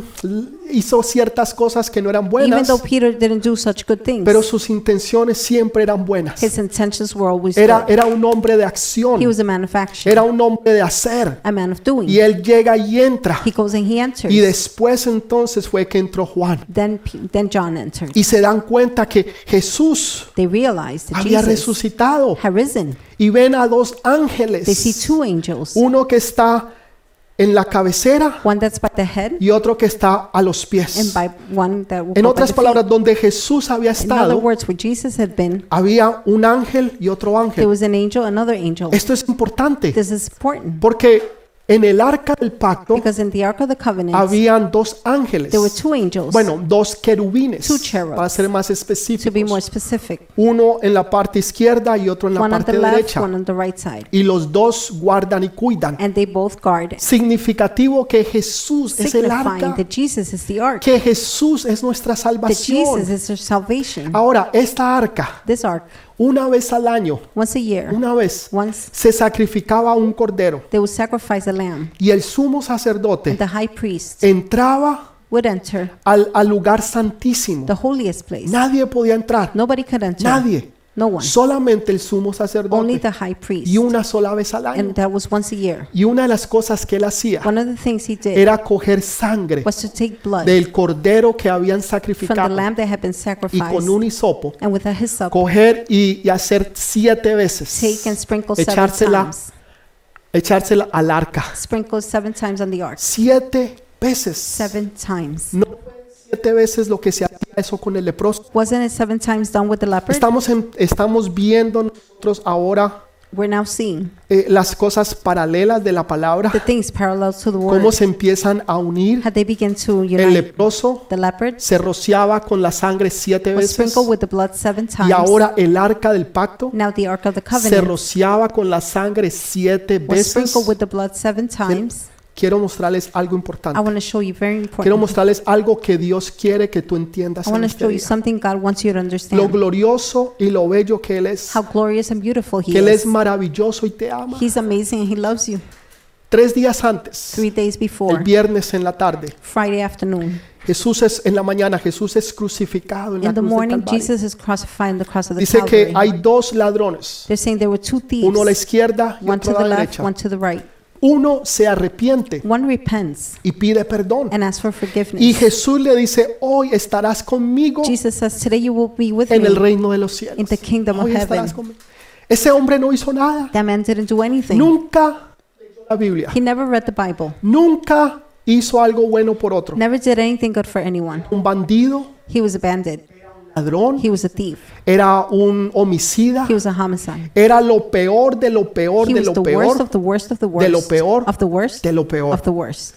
Speaker 1: hizo ciertas cosas que no eran
Speaker 2: Even
Speaker 1: buenas,
Speaker 2: though Peter didn't do such good things,
Speaker 1: pero sus intenciones siempre eran buenas.
Speaker 2: his intentions were always
Speaker 1: Era,
Speaker 2: good.
Speaker 1: era un hombre de
Speaker 2: He
Speaker 1: acción,
Speaker 2: was a man of action,
Speaker 1: era un hombre de hacer.
Speaker 2: a man of doing.
Speaker 1: Y él llega y entra.
Speaker 2: He goes and he enters.
Speaker 1: Y después entonces fue que entró Juan.
Speaker 2: then, P- then John entered.
Speaker 1: Y se dan cuenta que Jesús
Speaker 2: They realized that
Speaker 1: había
Speaker 2: Jesus
Speaker 1: resucitado.
Speaker 2: had risen.
Speaker 1: Y ven a dos
Speaker 2: They see
Speaker 1: ángeles.
Speaker 2: two angels.
Speaker 1: Uno que está en la cabecera
Speaker 2: one that's by the head
Speaker 1: y otro que está a los
Speaker 2: and
Speaker 1: pies.
Speaker 2: by one that will
Speaker 1: En
Speaker 2: go by
Speaker 1: otras
Speaker 2: the
Speaker 1: palabras, donde Jesús había
Speaker 2: feet. In other
Speaker 1: estado,
Speaker 2: words, where Jesus had been,
Speaker 1: había un ángel y otro
Speaker 2: there
Speaker 1: ángel.
Speaker 2: was an angel, another angel.
Speaker 1: Esto es importante
Speaker 2: This is important
Speaker 1: porque en el arca del pacto
Speaker 2: because in the Ark of the Covenant,
Speaker 1: habían dos ángeles.
Speaker 2: there were two angels.
Speaker 1: Bueno, dos querubines,
Speaker 2: Two cherubs.
Speaker 1: para ser más
Speaker 2: to be more
Speaker 1: específicos.
Speaker 2: specific,
Speaker 1: Uno en la parte izquierda y otro en la
Speaker 2: one on the
Speaker 1: parte
Speaker 2: left,
Speaker 1: derecha.
Speaker 2: one on the right side.
Speaker 1: Y los dos guardan y cuidan.
Speaker 2: And they both guard,
Speaker 1: Significativo que Jesús es el
Speaker 2: signifying
Speaker 1: arca,
Speaker 2: that Jesus is the Ark,
Speaker 1: que Jesús es nuestra
Speaker 2: that Jesus
Speaker 1: salvación.
Speaker 2: is their salvation.
Speaker 1: Ahora, esta arca,
Speaker 2: This Ark,
Speaker 1: una vez al año,
Speaker 2: once a year,
Speaker 1: una vez,
Speaker 2: once
Speaker 1: se sacrificaba un cordero
Speaker 2: they would sacrifice a lamb,
Speaker 1: y el sumo
Speaker 2: and
Speaker 1: sacerdote
Speaker 2: the high
Speaker 1: Eh,
Speaker 2: priest
Speaker 1: entraba
Speaker 2: would enter
Speaker 1: al, al lugar santísimo.
Speaker 2: the holiest place.
Speaker 1: Nadie podía entrar,
Speaker 2: Nobody could enter.
Speaker 1: nadie.
Speaker 2: No one.
Speaker 1: Solamente el sumo
Speaker 2: Only
Speaker 1: sacerdote
Speaker 2: the high priest.
Speaker 1: y una sola vez al año.
Speaker 2: And that was once a year.
Speaker 1: Y una de las cosas que él hacía
Speaker 2: One of the things he did
Speaker 1: era coger sangre
Speaker 2: was to take blood
Speaker 1: del cordero que habían
Speaker 2: from the
Speaker 1: sacrificado
Speaker 2: lamb that had been
Speaker 1: y con
Speaker 2: sacrificed
Speaker 1: un hisopo
Speaker 2: and with a hyssop
Speaker 1: coger y, y hacer siete veces
Speaker 2: take and sprinkle seven
Speaker 1: echársela
Speaker 2: times.
Speaker 1: echársela al arca
Speaker 2: Sprinkle seven times on the ark.
Speaker 1: siete veces
Speaker 2: Seven times.
Speaker 1: no fue siete veces lo que se hacía eso con el leproso
Speaker 2: Wasn't it seven times done with the leopard?
Speaker 1: estamos en- estamos viendo nosotros ahora
Speaker 2: We're now seeing
Speaker 1: eh, las cosas paralelas de la palabra
Speaker 2: the things parallel to the
Speaker 1: cómo
Speaker 2: word.
Speaker 1: se empiezan a unir
Speaker 2: Had they begin to
Speaker 1: el
Speaker 2: unite
Speaker 1: leproso
Speaker 2: the leopard
Speaker 1: se rociaba con la sangre siete
Speaker 2: was
Speaker 1: veces
Speaker 2: sprinkled with the blood seven times.
Speaker 1: y ahora el arca del pacto
Speaker 2: Now the ark of the
Speaker 1: se
Speaker 2: covenant
Speaker 1: rociaba con la sangre siete
Speaker 2: was
Speaker 1: veces.
Speaker 2: sprinkled with the blood seven times.
Speaker 1: Quiero mostrarles algo
Speaker 2: I
Speaker 1: importante.
Speaker 2: want to show you very
Speaker 1: Quiero
Speaker 2: important.
Speaker 1: mostrarles algo que Dios quiere que tú entiendas
Speaker 2: I
Speaker 1: en
Speaker 2: want to
Speaker 1: este
Speaker 2: show you
Speaker 1: día.
Speaker 2: something God wants you to
Speaker 1: Lo
Speaker 2: understand.
Speaker 1: glorioso y lo bello que Él es.
Speaker 2: How glorious and beautiful He
Speaker 1: Que Él es
Speaker 2: is.
Speaker 1: maravilloso y te ama.
Speaker 2: He's amazing and He loves you.
Speaker 1: Tres días antes,
Speaker 2: Three days
Speaker 1: el
Speaker 2: before,
Speaker 1: viernes en la tarde,
Speaker 2: Friday afternoon.
Speaker 1: Jesús es en la mañana, Jesús es crucificado en la
Speaker 2: In the
Speaker 1: cruz del
Speaker 2: morning,
Speaker 1: Calvario.
Speaker 2: Jesus is crucified on the cross of the
Speaker 1: Dice que
Speaker 2: Calvary.
Speaker 1: hay dos ladrones,
Speaker 2: They're saying there were two
Speaker 1: uno a la
Speaker 2: thieves,
Speaker 1: izquierda y
Speaker 2: one to
Speaker 1: otro a
Speaker 2: the
Speaker 1: la
Speaker 2: left,
Speaker 1: derecha.
Speaker 2: one to the right.
Speaker 1: Uno se arrepiente
Speaker 2: One repents
Speaker 1: y pide perdón.
Speaker 2: and asks for
Speaker 1: Y
Speaker 2: forgiveness.
Speaker 1: Jesús le dice, hoy estarás conmigo
Speaker 2: Jesus says, Today you will be with
Speaker 1: en el
Speaker 2: me.
Speaker 1: reino de los cielos.
Speaker 2: in the kingdom of
Speaker 1: Hoy estarás
Speaker 2: heaven.
Speaker 1: conmigo. Ese hombre no hizo nada.
Speaker 2: That man didn't do anything.
Speaker 1: Nunca leyó la Biblia.
Speaker 2: He never read the Bible,
Speaker 1: Nunca hizo algo bueno por otro.
Speaker 2: never did anything good for anyone.
Speaker 1: Un bandido,
Speaker 2: He was a bandit,
Speaker 1: un ladrón,
Speaker 2: he was a thief,
Speaker 1: era un homicida,
Speaker 2: he was a homicide.
Speaker 1: era lo peor de lo peor
Speaker 2: He
Speaker 1: de
Speaker 2: was
Speaker 1: lo
Speaker 2: the worst
Speaker 1: peor
Speaker 2: of the worst of the
Speaker 1: de lo
Speaker 2: worst
Speaker 1: peor,
Speaker 2: of the worst
Speaker 1: de lo peor.
Speaker 2: of the worst.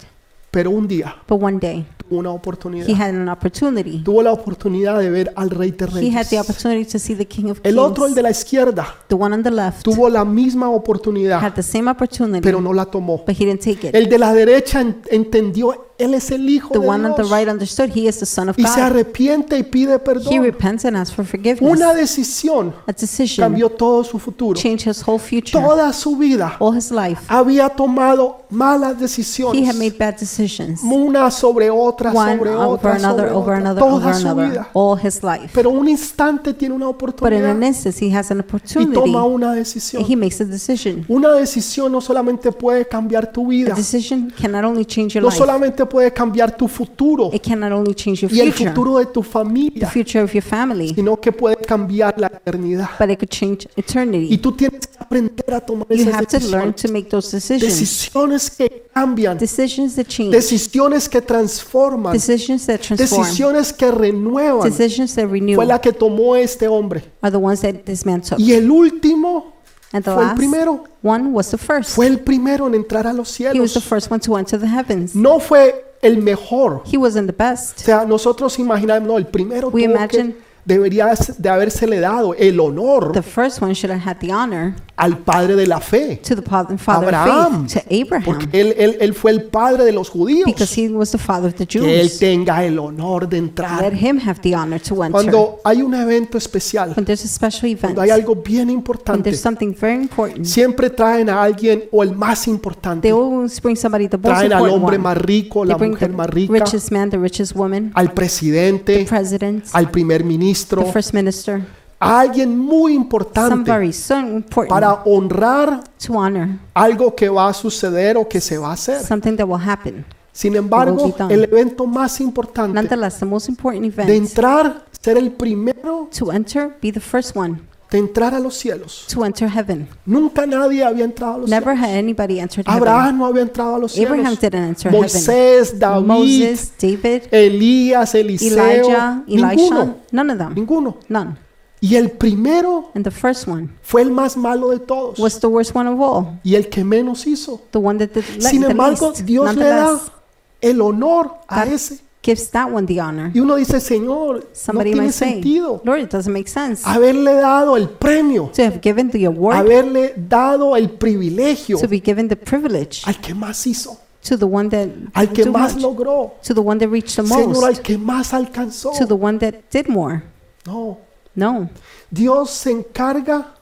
Speaker 1: Pero un día
Speaker 2: But one day,
Speaker 1: tuvo una
Speaker 2: he
Speaker 1: oportunidad.
Speaker 2: had an opportunity.
Speaker 1: Tuvo la oportunidad de ver al rey de
Speaker 2: He had the
Speaker 1: reyes.
Speaker 2: opportunity to see the King of Kings.
Speaker 1: El otro, el de la izquierda,
Speaker 2: the one on the left
Speaker 1: tuvo la misma oportunidad,
Speaker 2: had the same opportunity,
Speaker 1: pero no la tomó.
Speaker 2: but he didn't take it.
Speaker 1: El de la derecha en- entendió, él es el hijo
Speaker 2: The
Speaker 1: de
Speaker 2: one on the
Speaker 1: Dios.
Speaker 2: right understood he is the son of
Speaker 1: y se
Speaker 2: God.
Speaker 1: arrepiente y pide
Speaker 2: He
Speaker 1: perdón.
Speaker 2: repents and asks for forgiveness.
Speaker 1: Una decisión
Speaker 2: A decision
Speaker 1: cambió todo su futuro.
Speaker 2: changed Oh. his whole future,
Speaker 1: Toda su vida
Speaker 2: all his life.
Speaker 1: había tomado malas
Speaker 2: He had
Speaker 1: decisiones,
Speaker 2: made bad decisions.
Speaker 1: una sobre otra,
Speaker 2: One
Speaker 1: sobre
Speaker 2: over
Speaker 1: otra,
Speaker 2: another,
Speaker 1: sobre
Speaker 2: over
Speaker 1: otra,
Speaker 2: another,
Speaker 1: toda
Speaker 2: over
Speaker 1: su
Speaker 2: another,
Speaker 1: vida.
Speaker 2: all his life.
Speaker 1: Pero un instante tiene una
Speaker 2: But in an
Speaker 1: oportunidad
Speaker 2: instance, he has an
Speaker 1: y
Speaker 2: opportunity
Speaker 1: toma una
Speaker 2: and
Speaker 1: decisión.
Speaker 2: he makes a decision.
Speaker 1: Una decisión no solamente puede cambiar tu
Speaker 2: A
Speaker 1: vida,
Speaker 2: decision can not only change your
Speaker 1: no
Speaker 2: life,
Speaker 1: solamente puede cambiar tu futuro
Speaker 2: it can not only change your
Speaker 1: y el
Speaker 2: future,
Speaker 1: futuro de tu
Speaker 2: the
Speaker 1: familia,
Speaker 2: future of your family,
Speaker 1: sino que puede cambiar la eternidad.
Speaker 2: but it could change
Speaker 1: Y
Speaker 2: eternity.
Speaker 1: tú tienes que aprender a tomar
Speaker 2: You
Speaker 1: esas
Speaker 2: have to learn
Speaker 1: decisiones.
Speaker 2: to make those decisions.
Speaker 1: Decisiones que cambian,
Speaker 2: Decisions that change.
Speaker 1: decisiones que transforman,
Speaker 2: Decisions that transform.
Speaker 1: decisiones que renuevan.
Speaker 2: Decisions that renew
Speaker 1: Fue la que tomó este hombre.
Speaker 2: are the ones that this man took.
Speaker 1: Y el último
Speaker 2: And the
Speaker 1: fue el
Speaker 2: last
Speaker 1: primero.
Speaker 2: one was the first.
Speaker 1: Fue el primero en entrar a los
Speaker 2: He was the
Speaker 1: cielos.
Speaker 2: first one to enter the heavens.
Speaker 1: No fue el mejor.
Speaker 2: He wasn't the
Speaker 1: O
Speaker 2: best.
Speaker 1: sea, nosotros imaginamos, no, el primero
Speaker 2: We
Speaker 1: tuvo
Speaker 2: imagine-
Speaker 1: que debería de habérsele dado el honor
Speaker 2: The first one should have had the honor
Speaker 1: al padre de la fe.
Speaker 2: to the father, father
Speaker 1: Abraham.
Speaker 2: of faith, to Abraham,
Speaker 1: Porque él, él- él fue el padre de los
Speaker 2: because
Speaker 1: judíos.
Speaker 2: he was the father of the
Speaker 1: Que él
Speaker 2: Jews.
Speaker 1: tenga el honor de entrar.
Speaker 2: Let him have the honor to enter.
Speaker 1: Cuando hay un evento especial,
Speaker 2: When there's a special event,
Speaker 1: cuando hay algo bien
Speaker 2: when
Speaker 1: importante,
Speaker 2: there's something very important,
Speaker 1: siempre traen a alguien o el más
Speaker 2: they
Speaker 1: importante.
Speaker 2: always bring somebody the most
Speaker 1: Traen al
Speaker 2: important
Speaker 1: hombre
Speaker 2: one.
Speaker 1: más rico,
Speaker 2: They
Speaker 1: la
Speaker 2: bring
Speaker 1: mujer más
Speaker 2: the
Speaker 1: rica,
Speaker 2: richest man, the richest woman,
Speaker 1: al presidente,
Speaker 2: president,
Speaker 1: al primer
Speaker 2: the
Speaker 1: ministro,
Speaker 2: first minister,
Speaker 1: a alguien muy
Speaker 2: some
Speaker 1: importante
Speaker 2: very so important
Speaker 1: para honrar
Speaker 2: to honor
Speaker 1: algo que va a suceder o que se va a hacer.
Speaker 2: something that will happen.
Speaker 1: Sin embargo,
Speaker 2: be done.
Speaker 1: el evento más importante
Speaker 2: Nonetheless, the most important
Speaker 1: de
Speaker 2: event
Speaker 1: entrar, ser el primero,
Speaker 2: to enter, be the first one.
Speaker 1: de entrar a los cielos.
Speaker 2: to enter heaven.
Speaker 1: Nunca nadie había entrado a los cielos.
Speaker 2: Never had anybody entered heaven.
Speaker 1: Abraham no había entrado a los cielos.
Speaker 2: Abraham didn't enter heaven.
Speaker 1: Moisés, David,
Speaker 2: Moses, David,
Speaker 1: Elías, Eliseo,
Speaker 2: Elijah, Elisha,
Speaker 1: ninguno,
Speaker 2: none of them.
Speaker 1: ninguno.
Speaker 2: None.
Speaker 1: Y el primero
Speaker 2: And the first one
Speaker 1: fue el más malo de todos
Speaker 2: was the worst one of all.
Speaker 1: y el que menos hizo.
Speaker 2: The one that did le-
Speaker 1: Sin
Speaker 2: the
Speaker 1: embargo,
Speaker 2: least,
Speaker 1: Dios le da
Speaker 2: nonetheless,
Speaker 1: el honor a
Speaker 2: God
Speaker 1: ese.
Speaker 2: gives that one the honor.
Speaker 1: Y uno dice, Señor, no
Speaker 2: Somebody
Speaker 1: tiene
Speaker 2: might say,
Speaker 1: sentido
Speaker 2: Lord, it doesn't make sense
Speaker 1: haberle dado el premio,
Speaker 2: to have given the award,
Speaker 1: haberle dado el privilegio
Speaker 2: to be given the privilege
Speaker 1: al que más hizo,
Speaker 2: to the one that
Speaker 1: al que
Speaker 2: do
Speaker 1: más
Speaker 2: much,
Speaker 1: logró,
Speaker 2: to the one that reached the
Speaker 1: Señor,
Speaker 2: most,
Speaker 1: al que más alcanzó.
Speaker 2: to the one that did more.
Speaker 1: No,
Speaker 2: No,
Speaker 1: Dios se encarga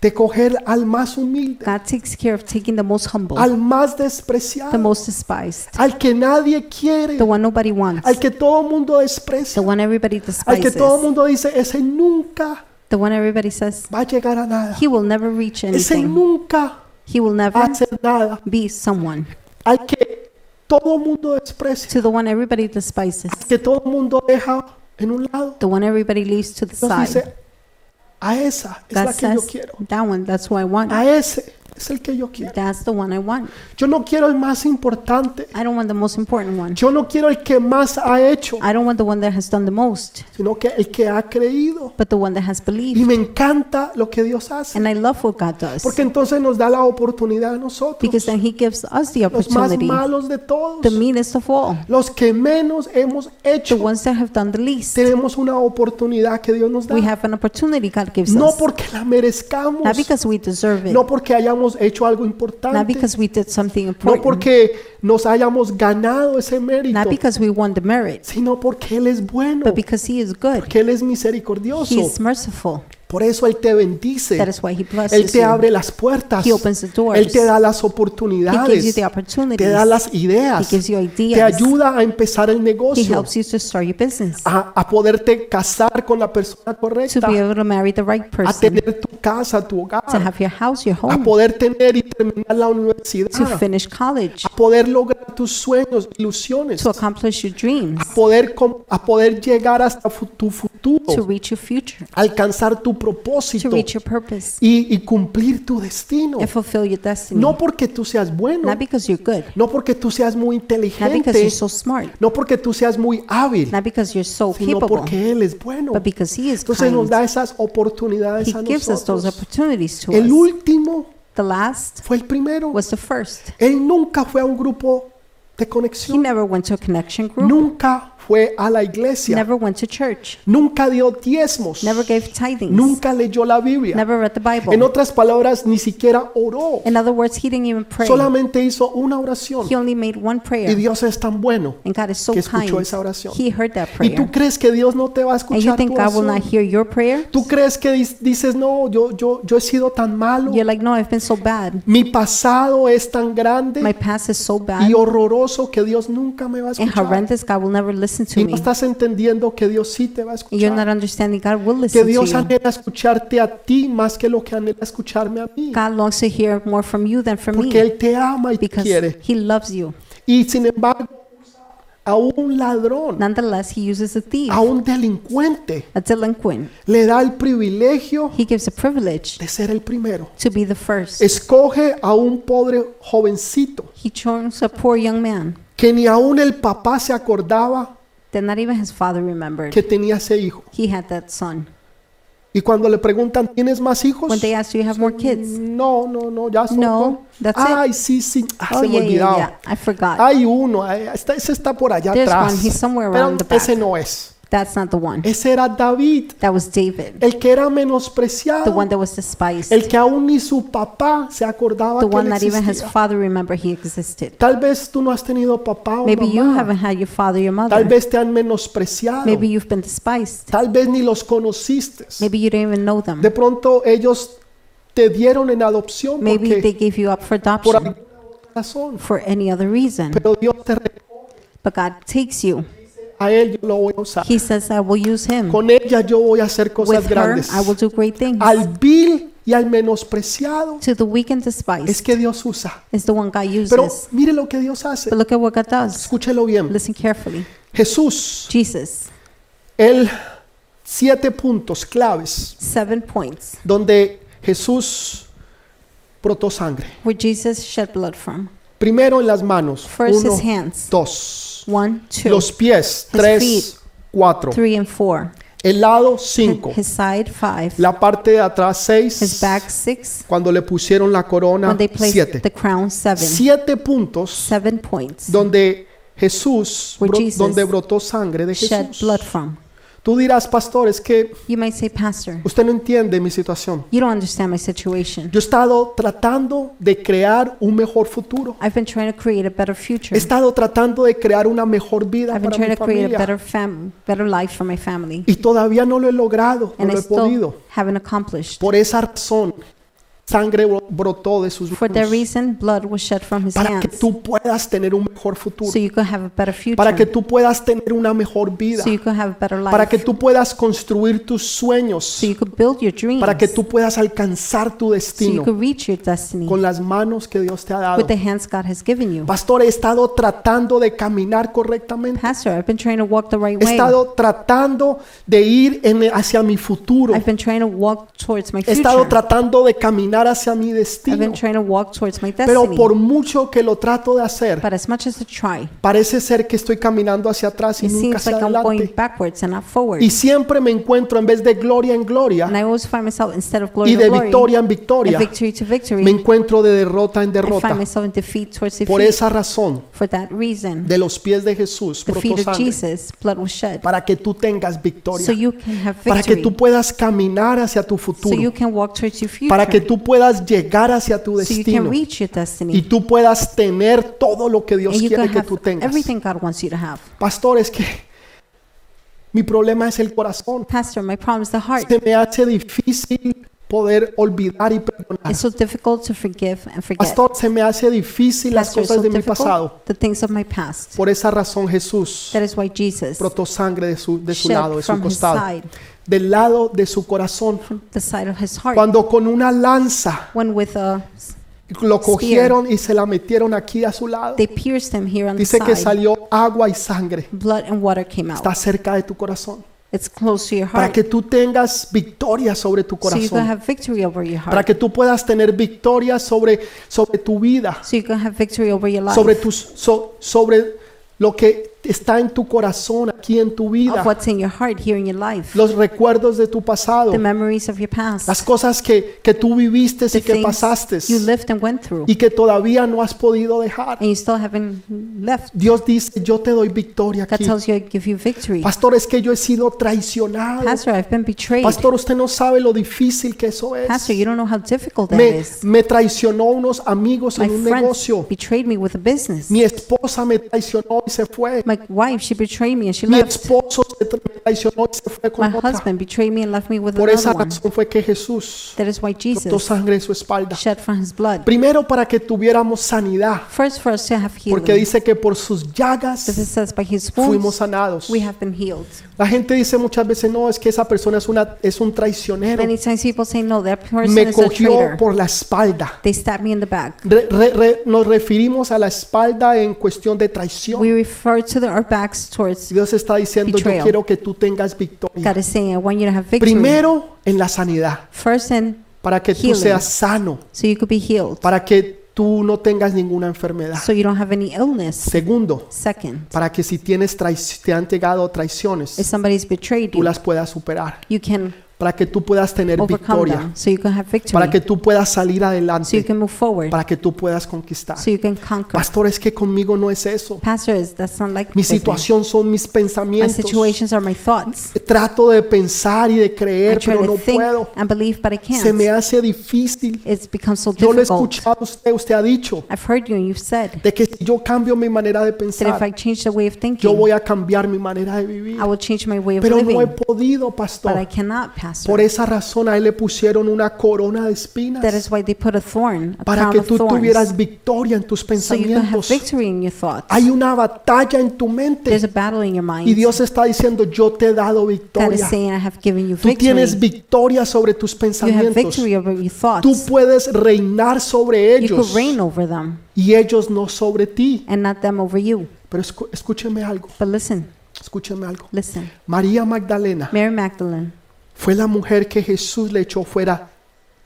Speaker 1: de coger al más humilde,
Speaker 2: God takes care of taking the most humble,
Speaker 1: al más
Speaker 2: the
Speaker 1: despreciado,
Speaker 2: most despised,
Speaker 1: al que nadie quiere,
Speaker 2: the one nobody wants,
Speaker 1: al que todo mundo
Speaker 2: the
Speaker 1: desprecia,
Speaker 2: one everybody
Speaker 1: al que
Speaker 2: despises,
Speaker 1: todo mundo dice, ese nunca
Speaker 2: the one everybody says
Speaker 1: va a llegar a nada,
Speaker 2: he will never reach
Speaker 1: ese
Speaker 2: anything,
Speaker 1: nunca
Speaker 2: he will
Speaker 1: va
Speaker 2: never
Speaker 1: a ser nada,
Speaker 2: be someone,
Speaker 1: al que todo mundo desprecia,
Speaker 2: to the one everybody despises,
Speaker 1: que todo mundo deja en un lado.
Speaker 2: the one everybody leaves to the
Speaker 1: Dios
Speaker 2: side.
Speaker 1: dice, a esa es la
Speaker 2: God
Speaker 1: que yo
Speaker 2: says
Speaker 1: quiero, Ah.
Speaker 2: that one, that's who I want.
Speaker 1: a ese es el que yo quiero.
Speaker 2: That's the one I want.
Speaker 1: Yo no quiero el más importante.
Speaker 2: I don't want the most important one.
Speaker 1: Yo no quiero el que más ha hecho,
Speaker 2: I don't want the one that has done the most,
Speaker 1: sino que el que ha creído.
Speaker 2: but the one that has
Speaker 1: Y
Speaker 2: believed.
Speaker 1: me encanta lo que Dios hace,
Speaker 2: And I love what God does
Speaker 1: porque entonces nos da la oportunidad a nosotros,
Speaker 2: because then He gives us the
Speaker 1: los más
Speaker 2: opportunity,
Speaker 1: malos de todos,
Speaker 2: the meanest of all,
Speaker 1: los que menos hemos
Speaker 2: the
Speaker 1: hecho,
Speaker 2: ones that have done the least.
Speaker 1: tenemos una oportunidad que Dios nos da,
Speaker 2: We have an opportunity God gives
Speaker 1: no
Speaker 2: us.
Speaker 1: porque la
Speaker 2: Not
Speaker 1: merezcamos,
Speaker 2: because we deserve it,
Speaker 1: no porque hayamos hecho algo
Speaker 2: not
Speaker 1: importante,
Speaker 2: because we did something
Speaker 1: no
Speaker 2: important,
Speaker 1: porque nos hayamos ganado ese
Speaker 2: not
Speaker 1: mérito,
Speaker 2: because we won the merit,
Speaker 1: sino porque Él es bueno,
Speaker 2: but because He is good.
Speaker 1: porque Él es misericordioso.
Speaker 2: He's merciful.
Speaker 1: Por eso Él te bendice.
Speaker 2: That is why He
Speaker 1: Él
Speaker 2: blesses
Speaker 1: te
Speaker 2: you.
Speaker 1: abre las puertas.
Speaker 2: He opens the doors.
Speaker 1: Él te da las
Speaker 2: He gives you
Speaker 1: oportunidades.
Speaker 2: the
Speaker 1: Te da
Speaker 2: opportunities.
Speaker 1: las ideas.
Speaker 2: He gives you
Speaker 1: Te
Speaker 2: ideas.
Speaker 1: ayuda a empezar el
Speaker 2: He
Speaker 1: negocio.
Speaker 2: helps you to start your business,
Speaker 1: A, a poderte casar con la persona
Speaker 2: to
Speaker 1: correcta.
Speaker 2: be able to marry the right
Speaker 1: A
Speaker 2: person,
Speaker 1: tener tu casa, tu hogar.
Speaker 2: to have your house, your
Speaker 1: A
Speaker 2: home,
Speaker 1: poder tener y terminar la
Speaker 2: Oh. to
Speaker 1: universidad.
Speaker 2: finish college,
Speaker 1: A poder lograr tus sueños, ilusiones.
Speaker 2: to accomplish your dreams,
Speaker 1: A poder, com- a poder llegar hasta fu- tu
Speaker 2: to
Speaker 1: futuro.
Speaker 2: reach your future,
Speaker 1: Alcanzar tu
Speaker 2: to
Speaker 1: propósito.
Speaker 2: reach your purpose,
Speaker 1: Y, y cumplir tu destino.
Speaker 2: and fulfill your destiny.
Speaker 1: No porque tú seas bueno.
Speaker 2: Not because you're good,
Speaker 1: No porque tú seas muy
Speaker 2: not because
Speaker 1: inteligente,
Speaker 2: you're so smart,
Speaker 1: no porque tú seas muy hábil,
Speaker 2: not because you're so
Speaker 1: sino
Speaker 2: capable,
Speaker 1: porque Él es bueno.
Speaker 2: but because He is
Speaker 1: Entonces nos
Speaker 2: kind.
Speaker 1: da esas oportunidades
Speaker 2: He
Speaker 1: a
Speaker 2: gives us those
Speaker 1: nosotros.
Speaker 2: opportunities to
Speaker 1: El
Speaker 2: us.
Speaker 1: último
Speaker 2: The last
Speaker 1: fue el primero.
Speaker 2: was the first.
Speaker 1: Él nunca fue a un grupo de
Speaker 2: He
Speaker 1: conexión,
Speaker 2: never went to a connection group,
Speaker 1: nunca fue a la iglesia,
Speaker 2: never went to church,
Speaker 1: nunca dio diezmos,
Speaker 2: never gave tidings,
Speaker 1: nunca leyó la Biblia.
Speaker 2: never read the
Speaker 1: En
Speaker 2: Bible.
Speaker 1: otras palabras, ni siquiera oró,
Speaker 2: In other words, he didn't even pray.
Speaker 1: solamente hizo una oración.
Speaker 2: He only made one
Speaker 1: Y
Speaker 2: prayer.
Speaker 1: Dios es tan bueno.
Speaker 2: And God is so
Speaker 1: que escuchó
Speaker 2: kind.
Speaker 1: esa oración.
Speaker 2: He heard that
Speaker 1: ¿Y tú
Speaker 2: prayer.
Speaker 1: crees que Dios no te va a
Speaker 2: And you
Speaker 1: escuchar tu
Speaker 2: think God will
Speaker 1: oración?
Speaker 2: not hear your prayer?
Speaker 1: ¿Tú crees que dis- dices, no, yo, yo, yo he sido tan malo?
Speaker 2: You're like, no, I've been so bad.
Speaker 1: Mi pasado es tan
Speaker 2: My
Speaker 1: grande
Speaker 2: past is so
Speaker 1: y
Speaker 2: bad
Speaker 1: horroroso que Dios nunca me va a
Speaker 2: and
Speaker 1: escuchar.
Speaker 2: horrendous. God will never listen to
Speaker 1: Y no
Speaker 2: me.
Speaker 1: estás entendiendo que Dios sí te va a
Speaker 2: And You're not
Speaker 1: escuchar.
Speaker 2: understanding. God will
Speaker 1: Que
Speaker 2: listen to
Speaker 1: Dios
Speaker 2: you.
Speaker 1: anhela escucharte a ti más que lo que anhela escucharme a mí.
Speaker 2: God longs to hear more from you than from
Speaker 1: Porque
Speaker 2: me
Speaker 1: Él te ama y te
Speaker 2: because
Speaker 1: quiere.
Speaker 2: He loves you.
Speaker 1: Y sin embargo, a un ladrón,
Speaker 2: Nonetheless, He uses a thief,
Speaker 1: a un delincuente,
Speaker 2: a delinquent.
Speaker 1: le da el privilegio
Speaker 2: He gives a privilege
Speaker 1: de ser el primero.
Speaker 2: to be the first.
Speaker 1: Escoge a un pobre jovencito
Speaker 2: He chose a poor young man
Speaker 1: que ni aún el papá se acordaba
Speaker 2: that not even his father remembered.
Speaker 1: que tenía ese hijo.
Speaker 2: He had that son.
Speaker 1: Y cuando le preguntan, ¿tienes más hijos?
Speaker 2: When they ask, do you have more kids? "Oh,
Speaker 1: No, no, no, ya son
Speaker 2: No,
Speaker 1: dos.
Speaker 2: that's it.
Speaker 1: Ay, sí, sí, ah,
Speaker 2: Oh,
Speaker 1: se me
Speaker 2: yeah, yeah,
Speaker 1: olvidaba.
Speaker 2: yeah. I forgot.
Speaker 1: Hay uno, ay, está- ese está por allá
Speaker 2: There's
Speaker 1: atrás.
Speaker 2: one, he's somewhere
Speaker 1: Pero
Speaker 2: around the back.
Speaker 1: ese no es.
Speaker 2: That's not the one.
Speaker 1: Ese era David,
Speaker 2: That was David,
Speaker 1: el que era
Speaker 2: the
Speaker 1: menospreciado,
Speaker 2: one that was despised,
Speaker 1: el que aún ni su papá se acordaba
Speaker 2: the
Speaker 1: que
Speaker 2: one
Speaker 1: él
Speaker 2: that even his
Speaker 1: existía.
Speaker 2: father remembered he existed.
Speaker 1: Tal vez tú no has tenido papá o
Speaker 2: Maybe you
Speaker 1: Oh, mamá.
Speaker 2: haven't had your father, your
Speaker 1: Tal
Speaker 2: mother.
Speaker 1: vez te han menospreciado.
Speaker 2: Maybe you've been despised.
Speaker 1: Tal vez ni los conociste.
Speaker 2: Maybe you didn't even know them.
Speaker 1: De pronto ellos te dieron en adopción
Speaker 2: Maybe they
Speaker 1: porque
Speaker 2: gave you up for
Speaker 1: por
Speaker 2: adoption
Speaker 1: alguna razón.
Speaker 2: for any other reason.
Speaker 1: Pero Dios te reconoce
Speaker 2: But God takes you.
Speaker 1: a él yo lo voy a usar.
Speaker 2: He says, I will use him.
Speaker 1: Con ella yo voy a hacer cosas
Speaker 2: With her,
Speaker 1: grandes.
Speaker 2: I will do great things.
Speaker 1: Al vil y al menospreciado
Speaker 2: To the weak and
Speaker 1: es
Speaker 2: despised
Speaker 1: que Dios usa.
Speaker 2: is the one God
Speaker 1: Pero
Speaker 2: uses.
Speaker 1: mire lo que Dios hace.
Speaker 2: But look at what God does.
Speaker 1: Escúchelo bien.
Speaker 2: Listen carefully.
Speaker 1: Jesús,
Speaker 2: Jesus,
Speaker 1: él siete puntos claves
Speaker 2: seven points
Speaker 1: donde Jesús brotó sangre.
Speaker 2: where Jesus shed blood from.
Speaker 1: Primero en las manos,
Speaker 2: First,
Speaker 1: uno,
Speaker 2: his hands.
Speaker 1: dos.
Speaker 2: One, two,
Speaker 1: Los pies,
Speaker 2: His
Speaker 1: tres, cuatro.
Speaker 2: three, and four.
Speaker 1: El lado, cinco.
Speaker 2: His side, five.
Speaker 1: La parte de atrás,
Speaker 2: His
Speaker 1: seis.
Speaker 2: back, six.
Speaker 1: Cuando le pusieron la corona,
Speaker 2: When they placed
Speaker 1: siete.
Speaker 2: the crown, seven.
Speaker 1: Siete puntos
Speaker 2: Seven points.
Speaker 1: donde Jesús,
Speaker 2: Where
Speaker 1: bro-
Speaker 2: Jesus
Speaker 1: donde brotó sangre de
Speaker 2: Shed
Speaker 1: Jesús.
Speaker 2: blood from.
Speaker 1: Tú dirás, pastor, es que
Speaker 2: You might say, Pastor,
Speaker 1: usted no entiende mi situación.
Speaker 2: you don't understand my situation.
Speaker 1: Yo he estado tratando de crear un mejor futuro.
Speaker 2: I've been trying to create a better future.
Speaker 1: He estado tratando de crear una mejor vida
Speaker 2: I've been
Speaker 1: para
Speaker 2: trying
Speaker 1: mi
Speaker 2: to create a
Speaker 1: familia.
Speaker 2: better fam, better life for my family,
Speaker 1: Y todavía no lo he logrado, no
Speaker 2: and I
Speaker 1: lo he
Speaker 2: still
Speaker 1: podido.
Speaker 2: haven't accomplished.
Speaker 1: Por esa razón, sangre bro- brotó de sus
Speaker 2: For that
Speaker 1: manos
Speaker 2: reason, blood was shed from his
Speaker 1: para que
Speaker 2: hands,
Speaker 1: tú puedas tener un mejor futuro,
Speaker 2: so you could have a better
Speaker 1: para que
Speaker 2: future,
Speaker 1: tú puedas tener una mejor vida,
Speaker 2: so you could have a better
Speaker 1: para
Speaker 2: life,
Speaker 1: que tú puedas construir tus
Speaker 2: so
Speaker 1: sueños,
Speaker 2: you could build your dreams,
Speaker 1: para que tú puedas alcanzar tu
Speaker 2: so you
Speaker 1: destino
Speaker 2: could reach your destiny
Speaker 1: con las manos que Dios te ha dado.
Speaker 2: with the hands God has given you.
Speaker 1: Pastor, he estado tratando de caminar correctamente.
Speaker 2: Pastor, I've been trying to walk the right
Speaker 1: He
Speaker 2: way.
Speaker 1: estado tratando de ir en- hacia mi futuro.
Speaker 2: I've been trying to walk towards my
Speaker 1: He estado
Speaker 2: future.
Speaker 1: tratando de caminar hacia mi
Speaker 2: I've
Speaker 1: destino.
Speaker 2: been trying to walk towards my
Speaker 1: Pero
Speaker 2: destiny.
Speaker 1: por mucho que lo trato de hacer,
Speaker 2: But as much as I try,
Speaker 1: parece ser que estoy caminando hacia atrás y
Speaker 2: it
Speaker 1: nunca
Speaker 2: seems
Speaker 1: hacia
Speaker 2: like I'm going
Speaker 1: adelante.
Speaker 2: backwards and not forward.
Speaker 1: Y siempre me encuentro en vez de gloria en
Speaker 2: And
Speaker 1: gloria
Speaker 2: I always find myself instead of glory
Speaker 1: y
Speaker 2: to
Speaker 1: de
Speaker 2: glory,
Speaker 1: victoria en
Speaker 2: and
Speaker 1: victoria,
Speaker 2: victory to victory,
Speaker 1: me encuentro de derrota en
Speaker 2: I find
Speaker 1: derrota.
Speaker 2: myself in defeat towards
Speaker 1: Por
Speaker 2: defeat.
Speaker 1: esa razón,
Speaker 2: For that reason,
Speaker 1: de los pies de Jesús,
Speaker 2: the
Speaker 1: brotó
Speaker 2: feet of
Speaker 1: sangre,
Speaker 2: Jesus, blood was shed,
Speaker 1: para que tú tengas
Speaker 2: so
Speaker 1: victoria,
Speaker 2: you can have
Speaker 1: para que
Speaker 2: victory,
Speaker 1: tú puedas caminar hacia tu
Speaker 2: so you
Speaker 1: futuro,
Speaker 2: can walk towards your
Speaker 1: para que
Speaker 2: future,
Speaker 1: tú puedas llegar hacia tu
Speaker 2: so you can
Speaker 1: destino
Speaker 2: reach your
Speaker 1: y
Speaker 2: destiny,
Speaker 1: tú puedas tener todo lo que Dios
Speaker 2: and you can
Speaker 1: quiere que
Speaker 2: have
Speaker 1: tú tengas.
Speaker 2: everything God wants you to have.
Speaker 1: Pastor, es que mi problema es el corazón.
Speaker 2: Pastor, my problem is the heart.
Speaker 1: Se me hace difícil poder olvidar y perdonar.
Speaker 2: It's so difficult to forgive and forget.
Speaker 1: Pastor, se me hace difícil las
Speaker 2: Pastor, it's
Speaker 1: cosas
Speaker 2: so
Speaker 1: de mi pasado.
Speaker 2: difficult, the things of my past.
Speaker 1: Por esa razón Jesús
Speaker 2: That is why Jesus
Speaker 1: brotó sangre de su, de su lado, de
Speaker 2: shed
Speaker 1: su
Speaker 2: from his
Speaker 1: costado,
Speaker 2: side,
Speaker 1: del lado de su corazón.
Speaker 2: from the side of his heart,
Speaker 1: Cuando con una lanza
Speaker 2: when with uh, a
Speaker 1: lo cogieron y se la metieron aquí a su lado,
Speaker 2: They pierced him here on the
Speaker 1: dice que
Speaker 2: side.
Speaker 1: salió agua y sangre.
Speaker 2: Blood and water came out.
Speaker 1: Está cerca de tu corazón.
Speaker 2: It's close to your
Speaker 1: Para
Speaker 2: heart.
Speaker 1: que tú tengas victoria sobre tu
Speaker 2: So you can
Speaker 1: corazón.
Speaker 2: have victory over your
Speaker 1: para
Speaker 2: heart.
Speaker 1: que tú puedas tener victoria sobre, sobre tu vida,
Speaker 2: So you can have victory over your life.
Speaker 1: sobre, tus, so- sobre lo que está en tu corazón, aquí en tu vida,
Speaker 2: Of what's in your heart here in your life.
Speaker 1: los recuerdos de tu pasado,
Speaker 2: The memories of your
Speaker 1: las
Speaker 2: past.
Speaker 1: cosas que, que tú viviste
Speaker 2: The
Speaker 1: y que pasaste
Speaker 2: things you lived and went through.
Speaker 1: y que todavía no has podido dejar.
Speaker 2: And you still haven't left.
Speaker 1: Dios dice, yo te doy victoria
Speaker 2: God
Speaker 1: aquí.
Speaker 2: tells you I give you victory.
Speaker 1: Pastor, es que yo he sido traicionado.
Speaker 2: Pastor, I've been betrayed.
Speaker 1: Pastor, usted no sabe lo difícil que eso es.
Speaker 2: Pastor, you don't know how difficult that
Speaker 1: Me,
Speaker 2: is.
Speaker 1: me traicionó unos amigos
Speaker 2: My
Speaker 1: en un negocio.
Speaker 2: friend betrayed me with a business.
Speaker 1: Mi esposa me traicionó y se fue.
Speaker 2: My wife, she betrayed me and she
Speaker 1: Mi
Speaker 2: left.
Speaker 1: esposo se tra- traicionó y se fue
Speaker 2: My
Speaker 1: con otra.
Speaker 2: husband betrayed me and left me with
Speaker 1: Por esa
Speaker 2: another one.
Speaker 1: razón fue que Jesús
Speaker 2: That is why
Speaker 1: brotó
Speaker 2: Jesus
Speaker 1: sangre de su espalda.
Speaker 2: shed from his blood.
Speaker 1: Primero para que tuviéramos sanidad,
Speaker 2: First, for us to have healing.
Speaker 1: porque dice que por sus
Speaker 2: Because it
Speaker 1: llagas
Speaker 2: says, by his
Speaker 1: fuimos
Speaker 2: wounds
Speaker 1: sanados.
Speaker 2: we have been healed.
Speaker 1: La gente dice muchas veces, no, es que esa persona es, una, es un traicionero.
Speaker 2: Many times people say, no, that person
Speaker 1: Me
Speaker 2: is a
Speaker 1: cogió
Speaker 2: traitor.
Speaker 1: por la espalda.
Speaker 2: They stabbed me in the back.
Speaker 1: Re- re- re- nos referimos a la espalda en cuestión de traición.
Speaker 2: We refer to the, our backs towards
Speaker 1: Dios está diciendo, yo
Speaker 2: Betrayal.
Speaker 1: quiero que tú tengas victoria.
Speaker 2: God is saying, I want you to have victory.
Speaker 1: Primero en la sanidad,
Speaker 2: First, and
Speaker 1: para que tú
Speaker 2: Healing.
Speaker 1: seas sano.
Speaker 2: so you could be healed.
Speaker 1: para que tú no tengas ninguna enfermedad.
Speaker 2: So you don't have any illness.
Speaker 1: Segundo,
Speaker 2: Second,
Speaker 1: para que si tienes trai- te han llegado
Speaker 2: if
Speaker 1: traiciones,
Speaker 2: somebody's betrayed
Speaker 1: tú
Speaker 2: you,
Speaker 1: las puedas superar,
Speaker 2: you can
Speaker 1: para que tú puedas tener
Speaker 2: overcome
Speaker 1: victoria,
Speaker 2: them. So you can have
Speaker 1: para que
Speaker 2: victory.
Speaker 1: tú puedas salir
Speaker 2: So you
Speaker 1: adelante,
Speaker 2: can move forward.
Speaker 1: para que tú puedas conquistar.
Speaker 2: So you can conquer.
Speaker 1: Pastor, es que conmigo no es eso.
Speaker 2: Pastors, that's not like
Speaker 1: Mi
Speaker 2: with me.
Speaker 1: situación son mis
Speaker 2: My
Speaker 1: pensamientos.
Speaker 2: situations are my thoughts.
Speaker 1: Trato de pensar y de
Speaker 2: I
Speaker 1: creer,
Speaker 2: try
Speaker 1: pero
Speaker 2: to
Speaker 1: no
Speaker 2: think
Speaker 1: puedo.
Speaker 2: and believe, but I
Speaker 1: Se me
Speaker 2: can't.
Speaker 1: hace difícil.
Speaker 2: It's become so
Speaker 1: Yo lo he
Speaker 2: difficult.
Speaker 1: escuchado a usted, usted ha dicho,
Speaker 2: I've heard you and you've said
Speaker 1: de que si yo cambio mi manera de
Speaker 2: that if I
Speaker 1: pensar,
Speaker 2: change the way of
Speaker 1: yo
Speaker 2: thinking,
Speaker 1: voy a cambiar mi manera de vivir.
Speaker 2: I will change my way of
Speaker 1: Pero no he
Speaker 2: living.
Speaker 1: podido,
Speaker 2: But I
Speaker 1: pastor.
Speaker 2: cannot, Pastor.
Speaker 1: Por esa razón a él le pusieron una corona de
Speaker 2: That
Speaker 1: espinas
Speaker 2: is why they put a thorn, a
Speaker 1: para
Speaker 2: crown
Speaker 1: que
Speaker 2: of
Speaker 1: tú tuvieras
Speaker 2: thorns,
Speaker 1: victoria en tus
Speaker 2: so you can have
Speaker 1: pensamientos.
Speaker 2: victory in your thoughts.
Speaker 1: Hay una batalla en tu mente
Speaker 2: There's a battle in your
Speaker 1: y
Speaker 2: mind.
Speaker 1: Dios está diciendo, yo te he dado
Speaker 2: God is
Speaker 1: victoria.
Speaker 2: saying, I have given you
Speaker 1: Tú
Speaker 2: victory.
Speaker 1: tienes victoria sobre tus
Speaker 2: You have
Speaker 1: pensamientos.
Speaker 2: victory over your
Speaker 1: Tú
Speaker 2: thoughts.
Speaker 1: puedes reinar sobre
Speaker 2: You
Speaker 1: ellos
Speaker 2: could reign over them
Speaker 1: y ellos no sobre ti.
Speaker 2: and not them over you.
Speaker 1: Pero escu- escúcheme algo.
Speaker 2: But listen,
Speaker 1: Escúcheme algo.
Speaker 2: Listen,
Speaker 1: María Magdalena
Speaker 2: Mary Magdalene
Speaker 1: fue la mujer que Jesús le echó fuera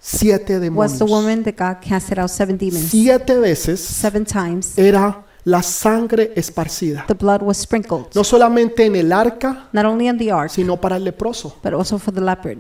Speaker 1: siete
Speaker 2: was
Speaker 1: demonios.
Speaker 2: the woman that God casted out seven demons.
Speaker 1: Siete veces
Speaker 2: Seven times,
Speaker 1: era la sangre esparcida.
Speaker 2: the blood was sprinkled,
Speaker 1: No solamente en el arca,
Speaker 2: not only on the ark,
Speaker 1: sino para el leproso.
Speaker 2: but also for the leopard.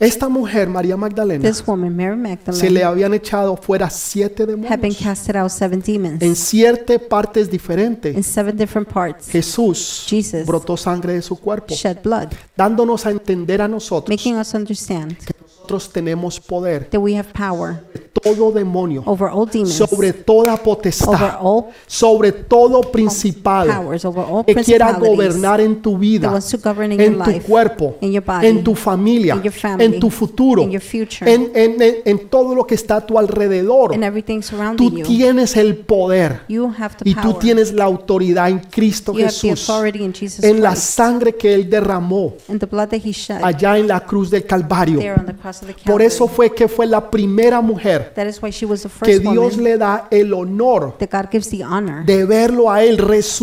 Speaker 1: Esta mujer, María Magdalena,
Speaker 2: This woman, Mary
Speaker 1: se le
Speaker 2: Magdalene,
Speaker 1: habían echado fuera siete
Speaker 2: had been
Speaker 1: demonios.
Speaker 2: casted out seven
Speaker 1: En
Speaker 2: demons
Speaker 1: siete partes
Speaker 2: in
Speaker 1: diferentes,
Speaker 2: seven different parts,
Speaker 1: Jesús
Speaker 2: Jesus
Speaker 1: brotó sangre de su cuerpo,
Speaker 2: shed blood,
Speaker 1: dándonos a entender a nosotros
Speaker 2: making us understand
Speaker 1: que nosotros tenemos poder
Speaker 2: that we have power
Speaker 1: de todo demonio,
Speaker 2: over all demons,
Speaker 1: sobre toda
Speaker 2: over
Speaker 1: potestad,
Speaker 2: all
Speaker 1: sobre todo principado
Speaker 2: powers, over all
Speaker 1: que quiera
Speaker 2: principalities.
Speaker 1: gobernar en tu
Speaker 2: that
Speaker 1: vida,
Speaker 2: wants to govern in your
Speaker 1: en tu
Speaker 2: life,
Speaker 1: cuerpo,
Speaker 2: in your body,
Speaker 1: en tu familia,
Speaker 2: in your family,
Speaker 1: en tu futuro,
Speaker 2: in your future.
Speaker 1: en, en- en- en todo lo que está a tu alrededor.
Speaker 2: and everything surrounding
Speaker 1: Tú
Speaker 2: you.
Speaker 1: tienes el poder
Speaker 2: You have the
Speaker 1: y tú
Speaker 2: power.
Speaker 1: tienes la autoridad en Cristo
Speaker 2: You have the
Speaker 1: Jesús,
Speaker 2: authority in Jesus
Speaker 1: en la
Speaker 2: Christ
Speaker 1: sangre que Él derramó
Speaker 2: and the blood that He shed
Speaker 1: allá en la cruz del
Speaker 2: there
Speaker 1: Calvario.
Speaker 2: on the cross of the
Speaker 1: Por
Speaker 2: Calvary.
Speaker 1: eso fue que fue la primera mujer
Speaker 2: That is why she was the
Speaker 1: que
Speaker 2: first
Speaker 1: Dios
Speaker 2: woman
Speaker 1: le da el honor
Speaker 2: that God gives the honor
Speaker 1: de verlo a él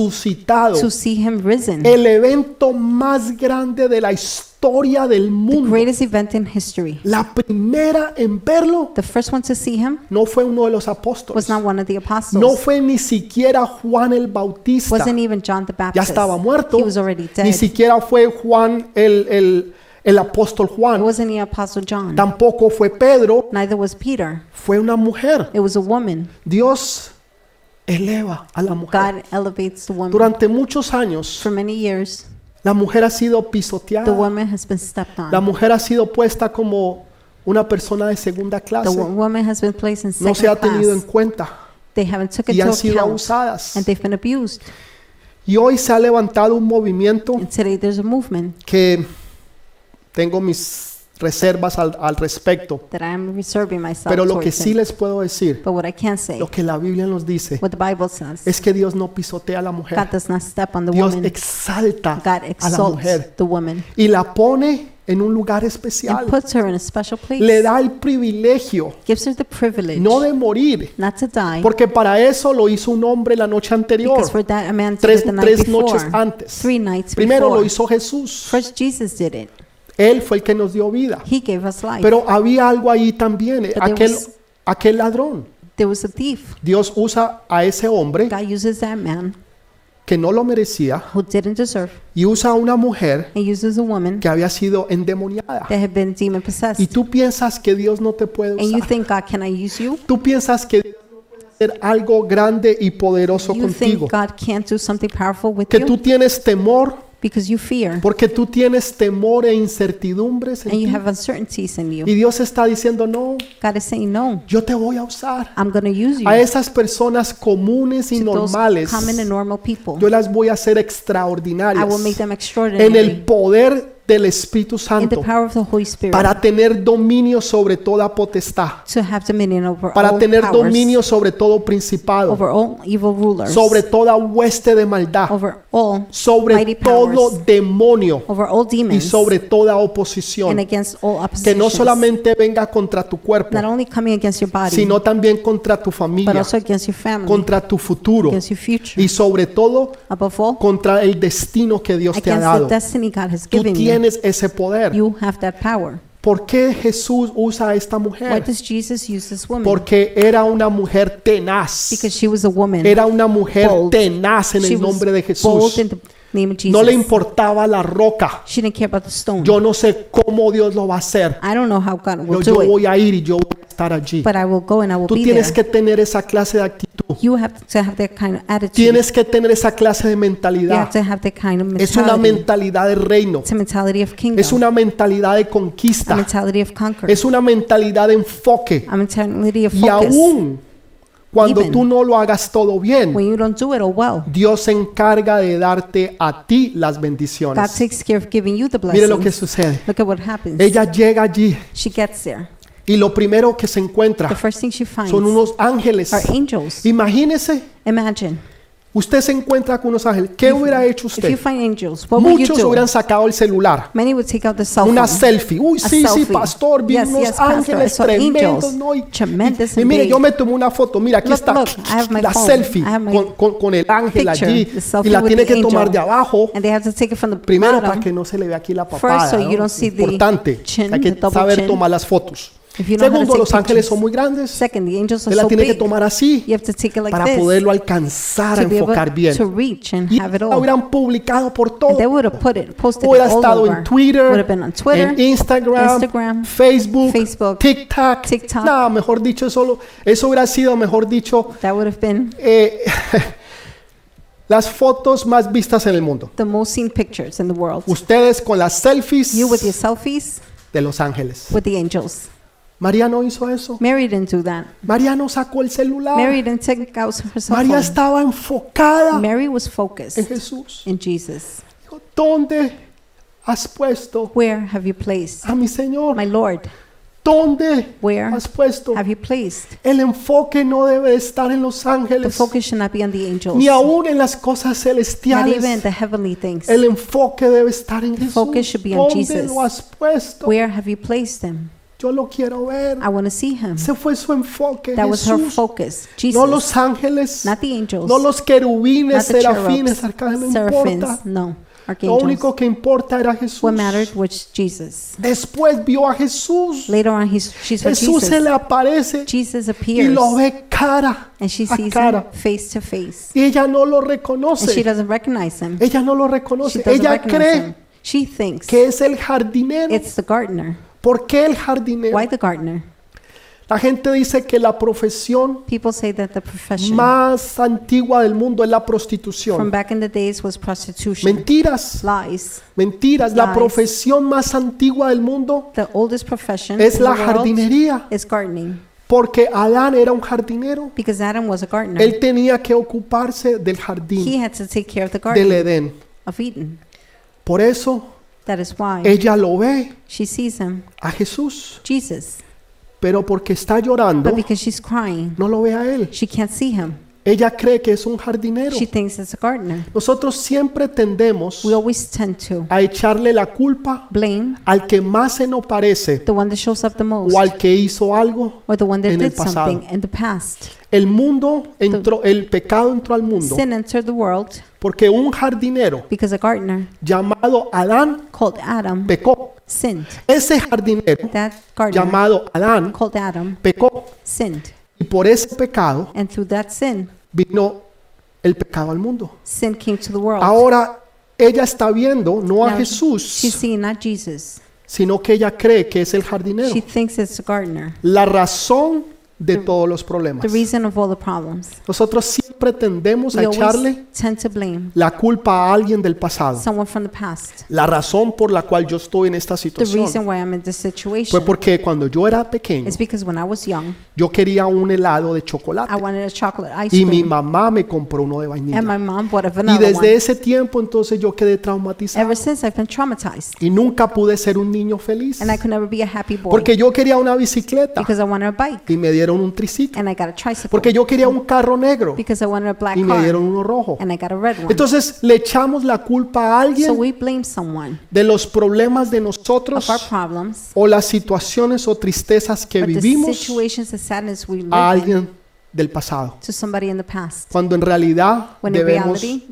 Speaker 1: resucitado.
Speaker 2: to see Him risen.
Speaker 1: El evento más grande de la historia del
Speaker 2: The
Speaker 1: mundo.
Speaker 2: greatest event in history.
Speaker 1: La primera en verlo
Speaker 2: The first one to see Him
Speaker 1: no fue uno de los
Speaker 2: was
Speaker 1: apóstoles.
Speaker 2: not one of the
Speaker 1: No
Speaker 2: apostles.
Speaker 1: fue ni siquiera Juan el Bautista.
Speaker 2: Wasn't even John the
Speaker 1: Ya
Speaker 2: Baptist.
Speaker 1: estaba muerto.
Speaker 2: He was already
Speaker 1: Ni
Speaker 2: dead.
Speaker 1: siquiera fue Juan el, el, el apóstol
Speaker 2: It
Speaker 1: Juan.
Speaker 2: wasn't the apostle John.
Speaker 1: Tampoco fue Pedro.
Speaker 2: Neither was Peter.
Speaker 1: Fue una mujer.
Speaker 2: It was a woman.
Speaker 1: Dios eleva a la mujer.
Speaker 2: God elevates the woman.
Speaker 1: Durante muchos años,
Speaker 2: For many years,
Speaker 1: la mujer ha sido
Speaker 2: the
Speaker 1: pisoteada.
Speaker 2: woman has been stepped
Speaker 1: Ah. La
Speaker 2: on.
Speaker 1: mujer ha sido puesta como una persona de segunda
Speaker 2: The
Speaker 1: clase.
Speaker 2: wo- woman has been placed in
Speaker 1: No se
Speaker 2: second
Speaker 1: ha tenido en
Speaker 2: class.
Speaker 1: cuenta
Speaker 2: They haven't took it
Speaker 1: y
Speaker 2: to
Speaker 1: han sido
Speaker 2: account.
Speaker 1: abusadas.
Speaker 2: And they've been abused.
Speaker 1: Y hoy se ha levantado un movimiento
Speaker 2: And today there's a movement
Speaker 1: que tengo mis reservas al, al respecto.
Speaker 2: that I'm reserving myself
Speaker 1: Pero lo que
Speaker 2: towards
Speaker 1: sí
Speaker 2: it.
Speaker 1: les puedo decir,
Speaker 2: But what I can say,
Speaker 1: lo que la Biblia nos dice,
Speaker 2: what the Bible says,
Speaker 1: es que Dios no pisotea a la
Speaker 2: God
Speaker 1: mujer.
Speaker 2: does not step on the
Speaker 1: Dios
Speaker 2: woman.
Speaker 1: exalta
Speaker 2: God
Speaker 1: a la mujer
Speaker 2: exalts the woman
Speaker 1: y la pone en un lugar
Speaker 2: and
Speaker 1: especial.
Speaker 2: puts her in a special place.
Speaker 1: Le da el privilegio,
Speaker 2: Gives her the privilege
Speaker 1: no de morir,
Speaker 2: not to die
Speaker 1: Porque para eso lo hizo un hombre la noche anterior.
Speaker 2: because for that a man did
Speaker 1: Tres,
Speaker 2: it the night
Speaker 1: tres noches
Speaker 2: before.
Speaker 1: antes.
Speaker 2: Three nights
Speaker 1: Primero lo
Speaker 2: before.
Speaker 1: hizo Jesús.
Speaker 2: First Jesus did it.
Speaker 1: Él fue el que nos dio vida.
Speaker 2: He gave us life.
Speaker 1: Pero había algo ahí también. eh,
Speaker 2: But there
Speaker 1: Aquel,
Speaker 2: was-
Speaker 1: aquel ladrón.
Speaker 2: There was a thief.
Speaker 1: Dios usa a ese hombre
Speaker 2: God uses that man
Speaker 1: que no lo merecía
Speaker 2: who didn't deserve
Speaker 1: y usa a una mujer
Speaker 2: and uses a woman
Speaker 1: que había sido endemoniada.
Speaker 2: that had been demon possessed.
Speaker 1: Y tú piensas que Dios no te puede
Speaker 2: And you
Speaker 1: usar.
Speaker 2: think, God, can I use you?
Speaker 1: Tú piensas que Dios no puede hacer algo grande y poderoso
Speaker 2: You
Speaker 1: contigo.
Speaker 2: think God can't do something powerful with
Speaker 1: Que tú
Speaker 2: you
Speaker 1: tienes temor
Speaker 2: because you fear
Speaker 1: porque tú tienes temor e incertidumbres en
Speaker 2: and you
Speaker 1: ti.
Speaker 2: have uncertainties in
Speaker 1: Y
Speaker 2: you.
Speaker 1: Dios está diciendo, no,
Speaker 2: God is saying, No,
Speaker 1: yo te voy a usar.
Speaker 2: I'm going to use you.
Speaker 1: A esas personas comunes y
Speaker 2: to those
Speaker 1: normales,
Speaker 2: common and normal people.
Speaker 1: yo las voy a hacer
Speaker 2: I
Speaker 1: extraordinarias
Speaker 2: will make them
Speaker 1: en el
Speaker 2: extraordinary
Speaker 1: poder del Espíritu
Speaker 2: in the
Speaker 1: Santo
Speaker 2: power of the Holy Spirit
Speaker 1: para tener dominio sobre toda potestad,
Speaker 2: to have dominion over
Speaker 1: para
Speaker 2: all
Speaker 1: tener
Speaker 2: powers,
Speaker 1: dominio sobre todo principado,
Speaker 2: over all evil rulers,
Speaker 1: sobre toda hueste de maldad,
Speaker 2: over all
Speaker 1: sobre
Speaker 2: mighty
Speaker 1: todo
Speaker 2: powers,
Speaker 1: demonio
Speaker 2: over all
Speaker 1: y
Speaker 2: demons,
Speaker 1: sobre toda
Speaker 2: and
Speaker 1: oposición.
Speaker 2: against all
Speaker 1: Que
Speaker 2: opposition.
Speaker 1: no solamente venga contra tu cuerpo,
Speaker 2: not only coming against your body,
Speaker 1: sino también contra tu
Speaker 2: but
Speaker 1: familia,
Speaker 2: also against your family,
Speaker 1: contra tu futuro
Speaker 2: against your future,
Speaker 1: y sobre todo
Speaker 2: above all,
Speaker 1: contra el destino que Dios te ha
Speaker 2: against the
Speaker 1: dado.
Speaker 2: destiny God has
Speaker 1: Tú
Speaker 2: given
Speaker 1: tienes
Speaker 2: you.
Speaker 1: ese poder.
Speaker 2: You have that power.
Speaker 1: ¿Por qué Jesús usa a esta
Speaker 2: Why
Speaker 1: mujer?
Speaker 2: does Jesus use this woman?
Speaker 1: Porque era una mujer tenaz.
Speaker 2: because she was a woman.
Speaker 1: Era una mujer
Speaker 2: Bold.
Speaker 1: tenaz en
Speaker 2: she
Speaker 1: el nombre de
Speaker 2: was bold
Speaker 1: Jesús.
Speaker 2: in the name of Jesus.
Speaker 1: No le importaba la roca.
Speaker 2: she didn't care about the stone.
Speaker 1: Yo no sé cómo Dios lo va a hacer.
Speaker 2: I don't know how God
Speaker 1: Pero
Speaker 2: will do
Speaker 1: yo
Speaker 2: it,
Speaker 1: voy a ir y yo voy a estar allí.
Speaker 2: but I will go and I will
Speaker 1: Tú
Speaker 2: be
Speaker 1: tienes
Speaker 2: there.
Speaker 1: que tener esa clase de actitud.
Speaker 2: you have to have that kind of attitude.
Speaker 1: Tienes que tener esa clase de
Speaker 2: you
Speaker 1: mentalidad.
Speaker 2: have to have that kind of
Speaker 1: Es una
Speaker 2: mentality.
Speaker 1: mentalidad de reino.
Speaker 2: it's a mentality of kingdom.
Speaker 1: Es una mentalidad de
Speaker 2: a
Speaker 1: conquista.
Speaker 2: mentality of conquer.
Speaker 1: Es una mentalidad de enfoque.
Speaker 2: a mentality of
Speaker 1: Y
Speaker 2: focus.
Speaker 1: aún cuando
Speaker 2: Even.
Speaker 1: tú no lo hagas todo bien,
Speaker 2: when you don't do it all well,
Speaker 1: Dios se encarga de darte a ti las
Speaker 2: God
Speaker 1: bendiciones.
Speaker 2: takes care of giving you the blessing.
Speaker 1: Mire lo que sucede.
Speaker 2: Look at what happens.
Speaker 1: Ella llega allí
Speaker 2: she gets there.
Speaker 1: y lo primero que se
Speaker 2: The
Speaker 1: encuentra
Speaker 2: first thing she finds
Speaker 1: son unos ángeles.
Speaker 2: are angels.
Speaker 1: Imagínese
Speaker 2: Imagine
Speaker 1: Usted se encuentra con unos ángeles. ¿Qué hubiera hecho
Speaker 2: If you
Speaker 1: usted?
Speaker 2: find angels, what would you
Speaker 1: Muchos
Speaker 2: do?
Speaker 1: hubieran sacado el celular.
Speaker 2: Many would take out the cell phone.
Speaker 1: Una selfie. Uy,
Speaker 2: A
Speaker 1: sí, sí,
Speaker 2: selfie.
Speaker 1: pastor, vi
Speaker 2: Yes,
Speaker 1: unos
Speaker 2: yes, pastor, I
Speaker 1: ángeles
Speaker 2: saw
Speaker 1: tremendos.
Speaker 2: angels.
Speaker 1: ¿no? Y,
Speaker 2: Tremendous
Speaker 1: y- y mire,
Speaker 2: indeed.
Speaker 1: yo me tomé una foto. Mira, aquí
Speaker 2: Look,
Speaker 1: está
Speaker 2: look, I have my
Speaker 1: la
Speaker 2: phone.
Speaker 1: selfie
Speaker 2: I have my
Speaker 1: con, con- con el ángel
Speaker 2: Picture,
Speaker 1: allí.
Speaker 2: the selfie
Speaker 1: Y la
Speaker 2: with
Speaker 1: tiene
Speaker 2: the
Speaker 1: que tomar
Speaker 2: angel.
Speaker 1: de abajo.
Speaker 2: And they have to take it from the
Speaker 1: Primero
Speaker 2: bottom.
Speaker 1: para que no se le vea aquí la papada.
Speaker 2: First, so
Speaker 1: ¿no?
Speaker 2: you don't see the
Speaker 1: Importante.
Speaker 2: chin,
Speaker 1: Hay que
Speaker 2: the double
Speaker 1: saber
Speaker 2: chin.
Speaker 1: tomar las fotos.
Speaker 2: If you know how to
Speaker 1: Segundo,
Speaker 2: take
Speaker 1: los ángeles
Speaker 2: pictures.
Speaker 1: son muy grandes.
Speaker 2: Second, the angels are
Speaker 1: Usted la
Speaker 2: so
Speaker 1: tiene que
Speaker 2: big.
Speaker 1: tomar así
Speaker 2: You have to take it like
Speaker 1: para
Speaker 2: this
Speaker 1: poderlo alcanzar a
Speaker 2: to be able
Speaker 1: enfocar bien.
Speaker 2: to reach and
Speaker 1: Y
Speaker 2: have it
Speaker 1: la
Speaker 2: all.
Speaker 1: hubieran publicado por
Speaker 2: And
Speaker 1: todo.
Speaker 2: they would have put it, posted
Speaker 1: Hubiera
Speaker 2: it all
Speaker 1: estado
Speaker 2: over.
Speaker 1: en Twitter,
Speaker 2: would have been on Twitter,
Speaker 1: en Instagram,
Speaker 2: Instagram,
Speaker 1: Facebook,
Speaker 2: Facebook,
Speaker 1: TikTok.
Speaker 2: TikTok.
Speaker 1: No, mejor dicho, solo, eso hubiera sido, mejor dicho,
Speaker 2: That would have been
Speaker 1: eh, las fotos más vistas en el mundo.
Speaker 2: the most seen pictures in the world.
Speaker 1: Ustedes con las selfies
Speaker 2: You with your selfies
Speaker 1: de los ángeles.
Speaker 2: with the angels.
Speaker 1: María no hizo eso.
Speaker 2: Mary didn't do that.
Speaker 1: María no sacó el celular.
Speaker 2: Mary didn't take out her cell
Speaker 1: Oh. María
Speaker 2: phone.
Speaker 1: estaba enfocada
Speaker 2: Mary was
Speaker 1: en
Speaker 2: focused
Speaker 1: Jesús.
Speaker 2: in Jesus.
Speaker 1: Dijo, ¿Dónde has puesto
Speaker 2: Where have you placed?
Speaker 1: a mi Señor?
Speaker 2: My Lord,
Speaker 1: ¿Dónde
Speaker 2: where
Speaker 1: has puesto?
Speaker 2: have you placed?
Speaker 1: El enfoque no debe estar en los
Speaker 2: The
Speaker 1: ángeles,
Speaker 2: focus should not be on the angels.
Speaker 1: ni aún en las cosas
Speaker 2: Not even
Speaker 1: celestiales.
Speaker 2: the heavenly things.
Speaker 1: El enfoque debe estar en Jesús.
Speaker 2: focus should be on
Speaker 1: ¿Dónde
Speaker 2: Jesus.
Speaker 1: lo has puesto?
Speaker 2: Where have you placed him?
Speaker 1: Yo lo quiero ver.
Speaker 2: I want to see him.
Speaker 1: Ese fue su enfoque,
Speaker 2: That was her
Speaker 1: Jesús.
Speaker 2: focus.
Speaker 1: No
Speaker 2: Jesus,
Speaker 1: los ángeles,
Speaker 2: not the angels,
Speaker 1: no
Speaker 2: not
Speaker 1: los querubines,
Speaker 2: the
Speaker 1: serafines,
Speaker 2: cherubs,
Speaker 1: arcángeles, no importa.
Speaker 2: seraphims, no,
Speaker 1: Lo
Speaker 2: archangels.
Speaker 1: único que importa era Jesús.
Speaker 2: What mattered was Jesus.
Speaker 1: Después vio a Jesús.
Speaker 2: Later on, he's, she saw
Speaker 1: Jesús se
Speaker 2: Jesus.
Speaker 1: le aparece
Speaker 2: Jesus
Speaker 1: y
Speaker 2: appears,
Speaker 1: lo ve cara
Speaker 2: and she
Speaker 1: a
Speaker 2: sees
Speaker 1: cara.
Speaker 2: him face to face.
Speaker 1: Y ella no lo
Speaker 2: And she
Speaker 1: reconoce.
Speaker 2: doesn't recognize him.
Speaker 1: Ella no lo
Speaker 2: She
Speaker 1: reconoce.
Speaker 2: doesn't
Speaker 1: Ella
Speaker 2: recognize
Speaker 1: cree
Speaker 2: him. She thinks
Speaker 1: que es el jardinero.
Speaker 2: it's the gardener.
Speaker 1: ¿Por qué el jardinero?
Speaker 2: Why the gardener?
Speaker 1: La gente dice que la profesión
Speaker 2: People say that the profession
Speaker 1: más antigua del mundo es la
Speaker 2: from
Speaker 1: prostitución.
Speaker 2: back in the days was prostitution.
Speaker 1: Mentiras,
Speaker 2: Lies.
Speaker 1: mentiras. La
Speaker 2: Lies.
Speaker 1: profesión más antigua del mundo
Speaker 2: The oldest profession
Speaker 1: es
Speaker 2: in
Speaker 1: la
Speaker 2: the world
Speaker 1: jardinería.
Speaker 2: is gardening
Speaker 1: Porque Adán era un jardinero.
Speaker 2: because Adam was a gardener.
Speaker 1: Él tenía que ocuparse del
Speaker 2: he
Speaker 1: jardín
Speaker 2: had to take care of the garden
Speaker 1: del Edén.
Speaker 2: of Eden.
Speaker 1: Por eso
Speaker 2: That is why
Speaker 1: ella lo ve
Speaker 2: she sees him,
Speaker 1: a Jesús.
Speaker 2: Jesus.
Speaker 1: Pero porque está llorando,
Speaker 2: But because she's crying,
Speaker 1: no lo ve a él.
Speaker 2: she can't see him.
Speaker 1: Ella cree que es un jardinero.
Speaker 2: She thinks it's a gardener.
Speaker 1: Nosotros siempre tendemos
Speaker 2: We always tend to
Speaker 1: a echarle la culpa
Speaker 2: blame
Speaker 1: al que más se nos parece
Speaker 2: the one that shows up the most
Speaker 1: o al que hizo algo.
Speaker 2: or the one that
Speaker 1: en el
Speaker 2: did something
Speaker 1: pasado.
Speaker 2: in the past.
Speaker 1: El mundo entró, el pecado entró al mundo
Speaker 2: Sin entered the world
Speaker 1: porque un jardinero
Speaker 2: because a gardener
Speaker 1: llamado Adán
Speaker 2: called Adam
Speaker 1: pecó.
Speaker 2: sinned.
Speaker 1: Ese jardinero
Speaker 2: That gardener
Speaker 1: llamado Adán
Speaker 2: called Adam
Speaker 1: pecó
Speaker 2: sinned.
Speaker 1: y por ese pecado
Speaker 2: And through that sin,
Speaker 1: vino el pecado al mundo.
Speaker 2: sin came to the world.
Speaker 1: Ahora ella está viendo no a
Speaker 2: Now, She's
Speaker 1: Jesús,
Speaker 2: seeing not Jesus.
Speaker 1: sino que ella cree que es el jardinero.
Speaker 2: She thinks it's the gardener.
Speaker 1: la razón de todos los problemas.
Speaker 2: The reason of all the problems.
Speaker 1: Nosotros siempre tendemos a
Speaker 2: We
Speaker 1: echarle
Speaker 2: always tend to blame
Speaker 1: la culpa a alguien del pasado.
Speaker 2: someone from the past.
Speaker 1: La razón por la cual yo estoy en esta
Speaker 2: The reason
Speaker 1: situación
Speaker 2: why I'm in this
Speaker 1: fue
Speaker 2: situation
Speaker 1: porque cuando yo era pequeño
Speaker 2: is because when I was young,
Speaker 1: yo quería un helado de
Speaker 2: I
Speaker 1: chocolate
Speaker 2: wanted a chocolate ice
Speaker 1: y mi
Speaker 2: cream,
Speaker 1: mamá me compró uno de
Speaker 2: and
Speaker 1: vainilla.
Speaker 2: my mom bought a
Speaker 1: Y
Speaker 2: vanilla
Speaker 1: desde
Speaker 2: one.
Speaker 1: ese tiempo entonces yo quedé traumatizado
Speaker 2: Ever since, I've been traumatized,
Speaker 1: y nunca pude ser un niño feliz
Speaker 2: and I could never be a happy boy
Speaker 1: porque yo quería una bicicleta
Speaker 2: because I wanted a bike
Speaker 1: y me dieron un triciclo.
Speaker 2: and I got a tricycle
Speaker 1: Porque yo quería un carro negro
Speaker 2: because I wanted a black
Speaker 1: y me
Speaker 2: car
Speaker 1: dieron uno rojo.
Speaker 2: and I got a red one.
Speaker 1: Entonces le echamos la culpa a
Speaker 2: So
Speaker 1: alguien
Speaker 2: we blame someone
Speaker 1: de los problemas de
Speaker 2: of our
Speaker 1: nosotros
Speaker 2: problems
Speaker 1: o las situaciones o tristezas que
Speaker 2: or the
Speaker 1: vivimos
Speaker 2: situations of sadness we
Speaker 1: a
Speaker 2: live in
Speaker 1: alguien del pasado,
Speaker 2: to somebody in the past.
Speaker 1: cuando en realidad
Speaker 2: When in
Speaker 1: debemos
Speaker 2: reality,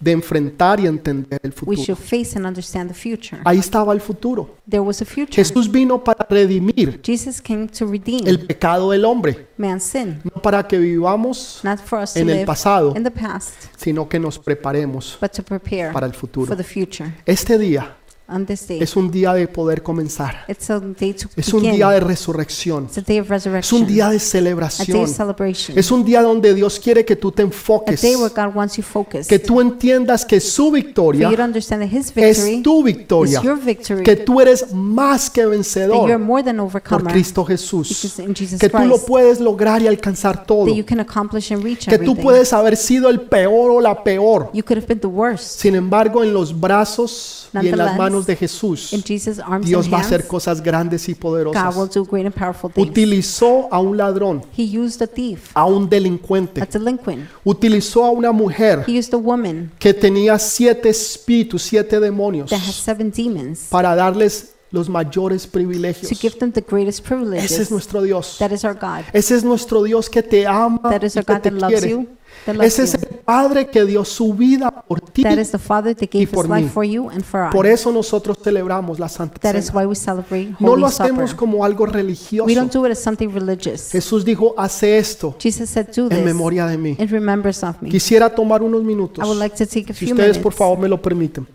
Speaker 1: de enfrentar y entender el
Speaker 2: we
Speaker 1: futuro.
Speaker 2: should face and understand the future.
Speaker 1: Ahí estaba el futuro.
Speaker 2: There was a future.
Speaker 1: Jesús vino para redimir
Speaker 2: Jesus came to redeem
Speaker 1: el pecado del hombre,
Speaker 2: man's sin,
Speaker 1: no para que vivamos
Speaker 2: not for us to
Speaker 1: en el
Speaker 2: live
Speaker 1: pasado,
Speaker 2: in the past,
Speaker 1: sino que nos preparemos
Speaker 2: but to prepare
Speaker 1: para el
Speaker 2: for
Speaker 1: futuro.
Speaker 2: the future.
Speaker 1: Este día
Speaker 2: On this day,
Speaker 1: es un día de poder comenzar,
Speaker 2: it's a day to
Speaker 1: es un día
Speaker 2: begin.
Speaker 1: de resurrección,
Speaker 2: It's a day of
Speaker 1: es un
Speaker 2: resurrection,
Speaker 1: día de
Speaker 2: a day of
Speaker 1: celebración,
Speaker 2: celebration,
Speaker 1: Es un día donde Dios quiere que tú te
Speaker 2: a
Speaker 1: enfoques,
Speaker 2: day where God wants you focused.
Speaker 1: que tú entiendas que su
Speaker 2: For you to
Speaker 1: victoria
Speaker 2: understand that His
Speaker 1: es
Speaker 2: victory
Speaker 1: tu
Speaker 2: is
Speaker 1: victoria,
Speaker 2: your victory,
Speaker 1: que tú eres más que
Speaker 2: that you're
Speaker 1: vencedor
Speaker 2: more than
Speaker 1: por
Speaker 2: overcomer
Speaker 1: Cristo Jesús,
Speaker 2: because in Jesus
Speaker 1: que tú lo
Speaker 2: Christ,
Speaker 1: puedes lograr y alcanzar todo,
Speaker 2: that you can accomplish and reach
Speaker 1: que tú
Speaker 2: everything.
Speaker 1: puedes haber sido el peor o la peor,
Speaker 2: You could have been the worst.
Speaker 1: sin embargo en los brazos y en las
Speaker 2: Nonetheless,
Speaker 1: manos manos de Jesús,
Speaker 2: In Jesus' arms
Speaker 1: Dios
Speaker 2: and
Speaker 1: va a hacer
Speaker 2: hands,
Speaker 1: cosas grandes y
Speaker 2: God will
Speaker 1: poderosas.
Speaker 2: do great and powerful things.
Speaker 1: Utilizó a un ladrón,
Speaker 2: he used a thief,
Speaker 1: a un
Speaker 2: a
Speaker 1: delincuente.
Speaker 2: delinquent.
Speaker 1: Utilizó a una mujer
Speaker 2: He used a woman
Speaker 1: que tenía siete espíritus, siete
Speaker 2: that has
Speaker 1: demonios,
Speaker 2: seven demons
Speaker 1: para darles los mayores
Speaker 2: to
Speaker 1: privilegios.
Speaker 2: give them the
Speaker 1: Ese es
Speaker 2: greatest privileges.
Speaker 1: nuestro Dios.
Speaker 2: That is our God.
Speaker 1: Ese es nuestro Dios que te ama
Speaker 2: That
Speaker 1: y
Speaker 2: is our
Speaker 1: que
Speaker 2: God that
Speaker 1: te
Speaker 2: loves
Speaker 1: quiere.
Speaker 2: you. That loves
Speaker 1: Ese es
Speaker 2: you.
Speaker 1: el Padre que dio su vida por ti.
Speaker 2: That is the Father that gave
Speaker 1: por
Speaker 2: His
Speaker 1: mí.
Speaker 2: life for you and for
Speaker 1: Por
Speaker 2: us.
Speaker 1: eso nosotros celebramos la Santa
Speaker 2: That is
Speaker 1: Cena.
Speaker 2: why we celebrate
Speaker 1: No lo
Speaker 2: Holy
Speaker 1: hacemos
Speaker 2: Supper.
Speaker 1: como algo
Speaker 2: We don't
Speaker 1: religioso.
Speaker 2: do it as something religious.
Speaker 1: Jesús dijo, hace esto
Speaker 2: Jesus said, "Do
Speaker 1: en
Speaker 2: this
Speaker 1: memoria de mí.
Speaker 2: in remembrance of me."
Speaker 1: Quisiera tomar unos minutos,
Speaker 2: I would like to take a
Speaker 1: si
Speaker 2: few
Speaker 1: ustedes
Speaker 2: minutes.
Speaker 1: por favor me lo permiten,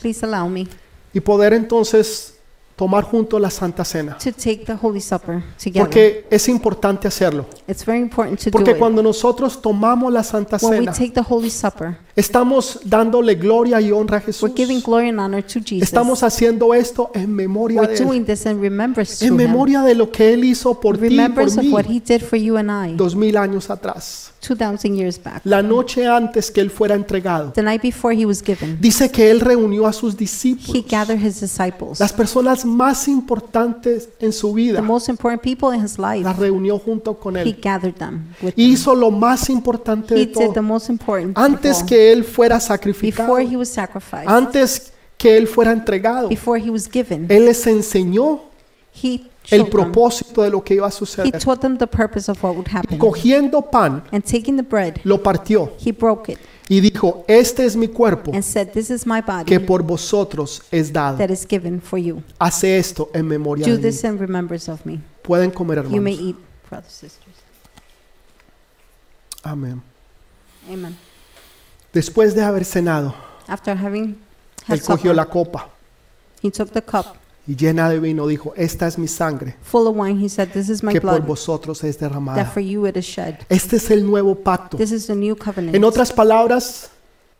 Speaker 2: Please allow me
Speaker 1: y poder entonces tomar juntos la Santa Cena.
Speaker 2: to take the Holy Supper together.
Speaker 1: Porque es importante hacerlo.
Speaker 2: It's very important to do
Speaker 1: Porque
Speaker 2: it.
Speaker 1: cuando nosotros tomamos la Santa
Speaker 2: When we
Speaker 1: Cena,
Speaker 2: take the Holy Supper,
Speaker 1: estamos dándole gloria y honra a Jesús.
Speaker 2: we're giving glory and honor to Jesus.
Speaker 1: Estamos haciendo esto en memoria
Speaker 2: We're
Speaker 1: de Él.
Speaker 2: doing this in remembrance to
Speaker 1: En
Speaker 2: Him.
Speaker 1: memoria de lo que Él hizo por ti y por
Speaker 2: Remembrance of
Speaker 1: mí
Speaker 2: what He did for you and I
Speaker 1: dos mil años atrás.
Speaker 2: 2,000 years back.
Speaker 1: La noche antes que Él fuera entregado.
Speaker 2: The night before He was given,
Speaker 1: Dice que Él reunió a sus
Speaker 2: He
Speaker 1: discípulos,
Speaker 2: gathered His disciples,
Speaker 1: las personas más importantes en su
Speaker 2: the
Speaker 1: vida,
Speaker 2: most important people in His life.
Speaker 1: las reunió junto con
Speaker 2: He
Speaker 1: Él.
Speaker 2: gathered them with Him.
Speaker 1: Hizo lo más importante
Speaker 2: He
Speaker 1: de
Speaker 2: did the
Speaker 1: todo.
Speaker 2: most important
Speaker 1: Antes
Speaker 2: of all.
Speaker 1: que Él fuera sacrificado,
Speaker 2: before He was sacrificed,
Speaker 1: antes que Él fuera entregado,
Speaker 2: before He was given.
Speaker 1: Él les enseñó
Speaker 2: He
Speaker 1: el
Speaker 2: showed them.
Speaker 1: propósito de lo que iba a
Speaker 2: He
Speaker 1: suceder.
Speaker 2: taught them the purpose of what would happen.
Speaker 1: Cogiendo pan,
Speaker 2: And taking the bread,
Speaker 1: lo partió
Speaker 2: he broke it
Speaker 1: y dijo, este es mi cuerpo
Speaker 2: and said, This is my
Speaker 1: que
Speaker 2: body
Speaker 1: por vosotros es dado.
Speaker 2: that is given for you.
Speaker 1: Hace esto en memoria
Speaker 2: Do
Speaker 1: de mí.
Speaker 2: this in remembrance of me.
Speaker 1: Pueden comer,
Speaker 2: You may
Speaker 1: hermanos.
Speaker 2: eat, brothers sisters.
Speaker 1: Amén.
Speaker 2: Amen.
Speaker 1: Después de haber cenado,
Speaker 2: After having had
Speaker 1: él cogió
Speaker 2: supper,
Speaker 1: la copa
Speaker 2: he took the cup
Speaker 1: y llena de vino dijo, esta es mi sangre
Speaker 2: full of wine. He said, This is my
Speaker 1: que por
Speaker 2: blood
Speaker 1: vosotros es
Speaker 2: that
Speaker 1: derramada.
Speaker 2: for you it is shed.
Speaker 1: Este es el nuevo pacto.
Speaker 2: This is the new
Speaker 1: En
Speaker 2: covenant.
Speaker 1: otras palabras,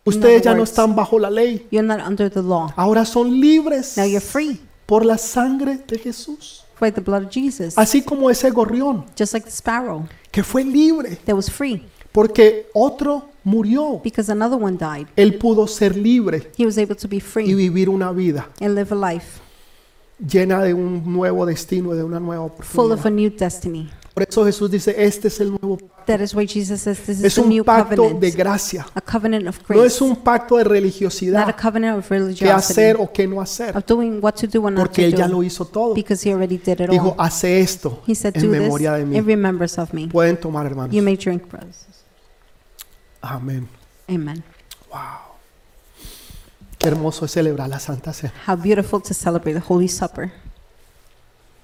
Speaker 1: ustedes ya no están bajo la ley.
Speaker 2: You're not under the law.
Speaker 1: Ahora son libres
Speaker 2: Now you're free
Speaker 1: por la sangre de Jesús.
Speaker 2: by the blood of Jesus.
Speaker 1: Así como ese gorrión
Speaker 2: Just like the sparrow
Speaker 1: que fue libre
Speaker 2: that was free
Speaker 1: porque otro murió.
Speaker 2: because another one died.
Speaker 1: Él pudo ser libre
Speaker 2: He was able to be
Speaker 1: y
Speaker 2: free
Speaker 1: vivir una vida
Speaker 2: and live a life
Speaker 1: llena de un nuevo destino y de una nueva
Speaker 2: full of a
Speaker 1: oportunidad.
Speaker 2: new destiny.
Speaker 1: Por eso Jesús dice, este es el nuevo pacto.
Speaker 2: That is why Jesus says this is
Speaker 1: Es
Speaker 2: the
Speaker 1: un
Speaker 2: new
Speaker 1: pacto de
Speaker 2: covenant,
Speaker 1: gracia.
Speaker 2: a covenant of
Speaker 1: No es
Speaker 2: grace,
Speaker 1: un pacto de
Speaker 2: not a
Speaker 1: religiosidad,
Speaker 2: covenant of
Speaker 1: qué hacer
Speaker 2: religiosity,
Speaker 1: o qué no hacer,
Speaker 2: of doing what to do and not
Speaker 1: porque
Speaker 2: to
Speaker 1: Él ya
Speaker 2: do,
Speaker 1: lo hizo todo.
Speaker 2: because he already did it
Speaker 1: Dijo,
Speaker 2: all.
Speaker 1: hace esto
Speaker 2: He said,
Speaker 1: en
Speaker 2: "Do this
Speaker 1: memoria de
Speaker 2: in
Speaker 1: mí.
Speaker 2: remembrance of me."
Speaker 1: Pueden tomar, hermanos.
Speaker 2: You may drink, brothers.
Speaker 1: Amén.
Speaker 2: Amen.
Speaker 1: Wow. Qué hermoso es celebrar la Santa Cena.
Speaker 2: How beautiful to celebrate the Holy Supper.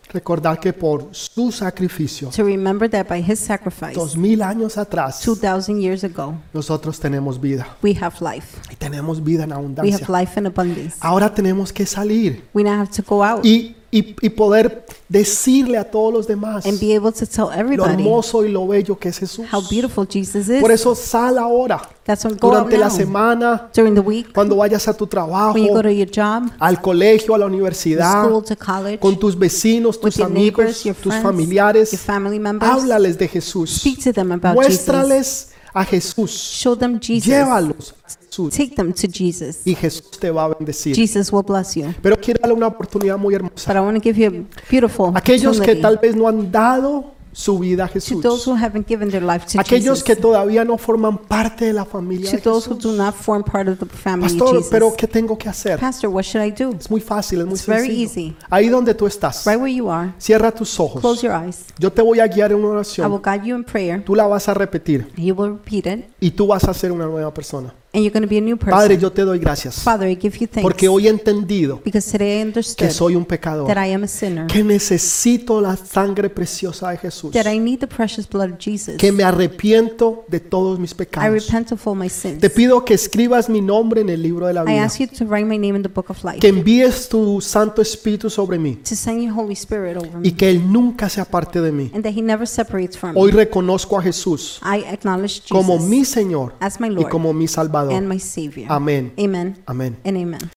Speaker 1: Recordar que por su sacrificio,
Speaker 2: To remember that by His sacrifice,
Speaker 1: dos mil años atrás,
Speaker 2: two thousand years ago,
Speaker 1: nosotros tenemos vida
Speaker 2: we have life.
Speaker 1: y tenemos vida en
Speaker 2: We have
Speaker 1: abundancia.
Speaker 2: life in abundance.
Speaker 1: Ahora tenemos que salir
Speaker 2: We now have to go out
Speaker 1: y, y- y poder decirle a todos los demás
Speaker 2: and be able to tell
Speaker 1: lo
Speaker 2: everybody
Speaker 1: hermoso y lo bello que es Jesús.
Speaker 2: how beautiful Jesus
Speaker 1: Por
Speaker 2: is.
Speaker 1: eso sal ahora,
Speaker 2: That's what go out
Speaker 1: durante la
Speaker 2: now
Speaker 1: semana,
Speaker 2: during the week
Speaker 1: cuando vayas a tu trabajo,
Speaker 2: when you go to your job.
Speaker 1: al colegio, a la
Speaker 2: to
Speaker 1: universidad,
Speaker 2: school, to college,
Speaker 1: con tus vecinos,
Speaker 2: with
Speaker 1: tus
Speaker 2: your neighbors,
Speaker 1: amigos,
Speaker 2: your
Speaker 1: tus
Speaker 2: friends, your
Speaker 1: familiares.
Speaker 2: family members.
Speaker 1: Háblales de Jesús.
Speaker 2: Speak to them about Jesus.
Speaker 1: Muéstrales a Jesús.
Speaker 2: Show them Jesus.
Speaker 1: Llévalos a Jesús
Speaker 2: Take them to Jesus.
Speaker 1: y Jesús te va a bendecir.
Speaker 2: Jesus will bless you.
Speaker 1: Pero quiero darle una oportunidad muy hermosa.
Speaker 2: But I want to give you a beautiful
Speaker 1: Aquellos que
Speaker 2: opportunity
Speaker 1: tal vez no han dado su vida a
Speaker 2: to those
Speaker 1: Jesús.
Speaker 2: who haven't given their life to
Speaker 1: Aquellos
Speaker 2: Jesus.
Speaker 1: que todavía no forman parte de la familia
Speaker 2: to
Speaker 1: de
Speaker 2: those who do
Speaker 1: Jesús.
Speaker 2: not form part of the family of
Speaker 1: Pastor,
Speaker 2: Jesus.
Speaker 1: pero ¿qué tengo que hacer?
Speaker 2: Pastor, what should I do?
Speaker 1: Es muy fácil, es muy
Speaker 2: It's very
Speaker 1: sencillo.
Speaker 2: easy.
Speaker 1: Ahí donde tú estás,
Speaker 2: Right where you are,
Speaker 1: cierra tus
Speaker 2: close
Speaker 1: ojos.
Speaker 2: your eyes.
Speaker 1: Yo te voy a guiar en una
Speaker 2: I will
Speaker 1: oración.
Speaker 2: guide you in prayer.
Speaker 1: Tú la vas a repetir
Speaker 2: You will repeat it,
Speaker 1: y tú vas a ser una nueva persona.
Speaker 2: and you're going to be a new person.
Speaker 1: Padre, yo te doy gracias
Speaker 2: Father, I give you thanks
Speaker 1: porque hoy he entendido
Speaker 2: because today I
Speaker 1: que
Speaker 2: understood
Speaker 1: soy un pecador,
Speaker 2: that I am a sinner.
Speaker 1: que necesito la sangre preciosa de Jesús,
Speaker 2: that I need the precious blood of Jesus.
Speaker 1: que me arrepiento de todos mis
Speaker 2: I
Speaker 1: pecados.
Speaker 2: repent of all my sins.
Speaker 1: Te pido que escribas mi nombre en el libro de la
Speaker 2: I
Speaker 1: vida,
Speaker 2: ask you to write my name in the book of life,
Speaker 1: que envíes tu Santo Espíritu sobre mí
Speaker 2: to send your Holy Spirit over
Speaker 1: y
Speaker 2: me,
Speaker 1: que Él nunca se aparte de mí.
Speaker 2: and that He never separates from
Speaker 1: Hoy
Speaker 2: me.
Speaker 1: reconozco a Jesús
Speaker 2: I acknowledge
Speaker 1: como mi
Speaker 2: Jesus
Speaker 1: Señor
Speaker 2: as my
Speaker 1: y
Speaker 2: Lord
Speaker 1: como mi
Speaker 2: and
Speaker 1: Salvador.
Speaker 2: my Savior.
Speaker 1: Amén.
Speaker 2: Amen
Speaker 1: Amén.
Speaker 2: and amen.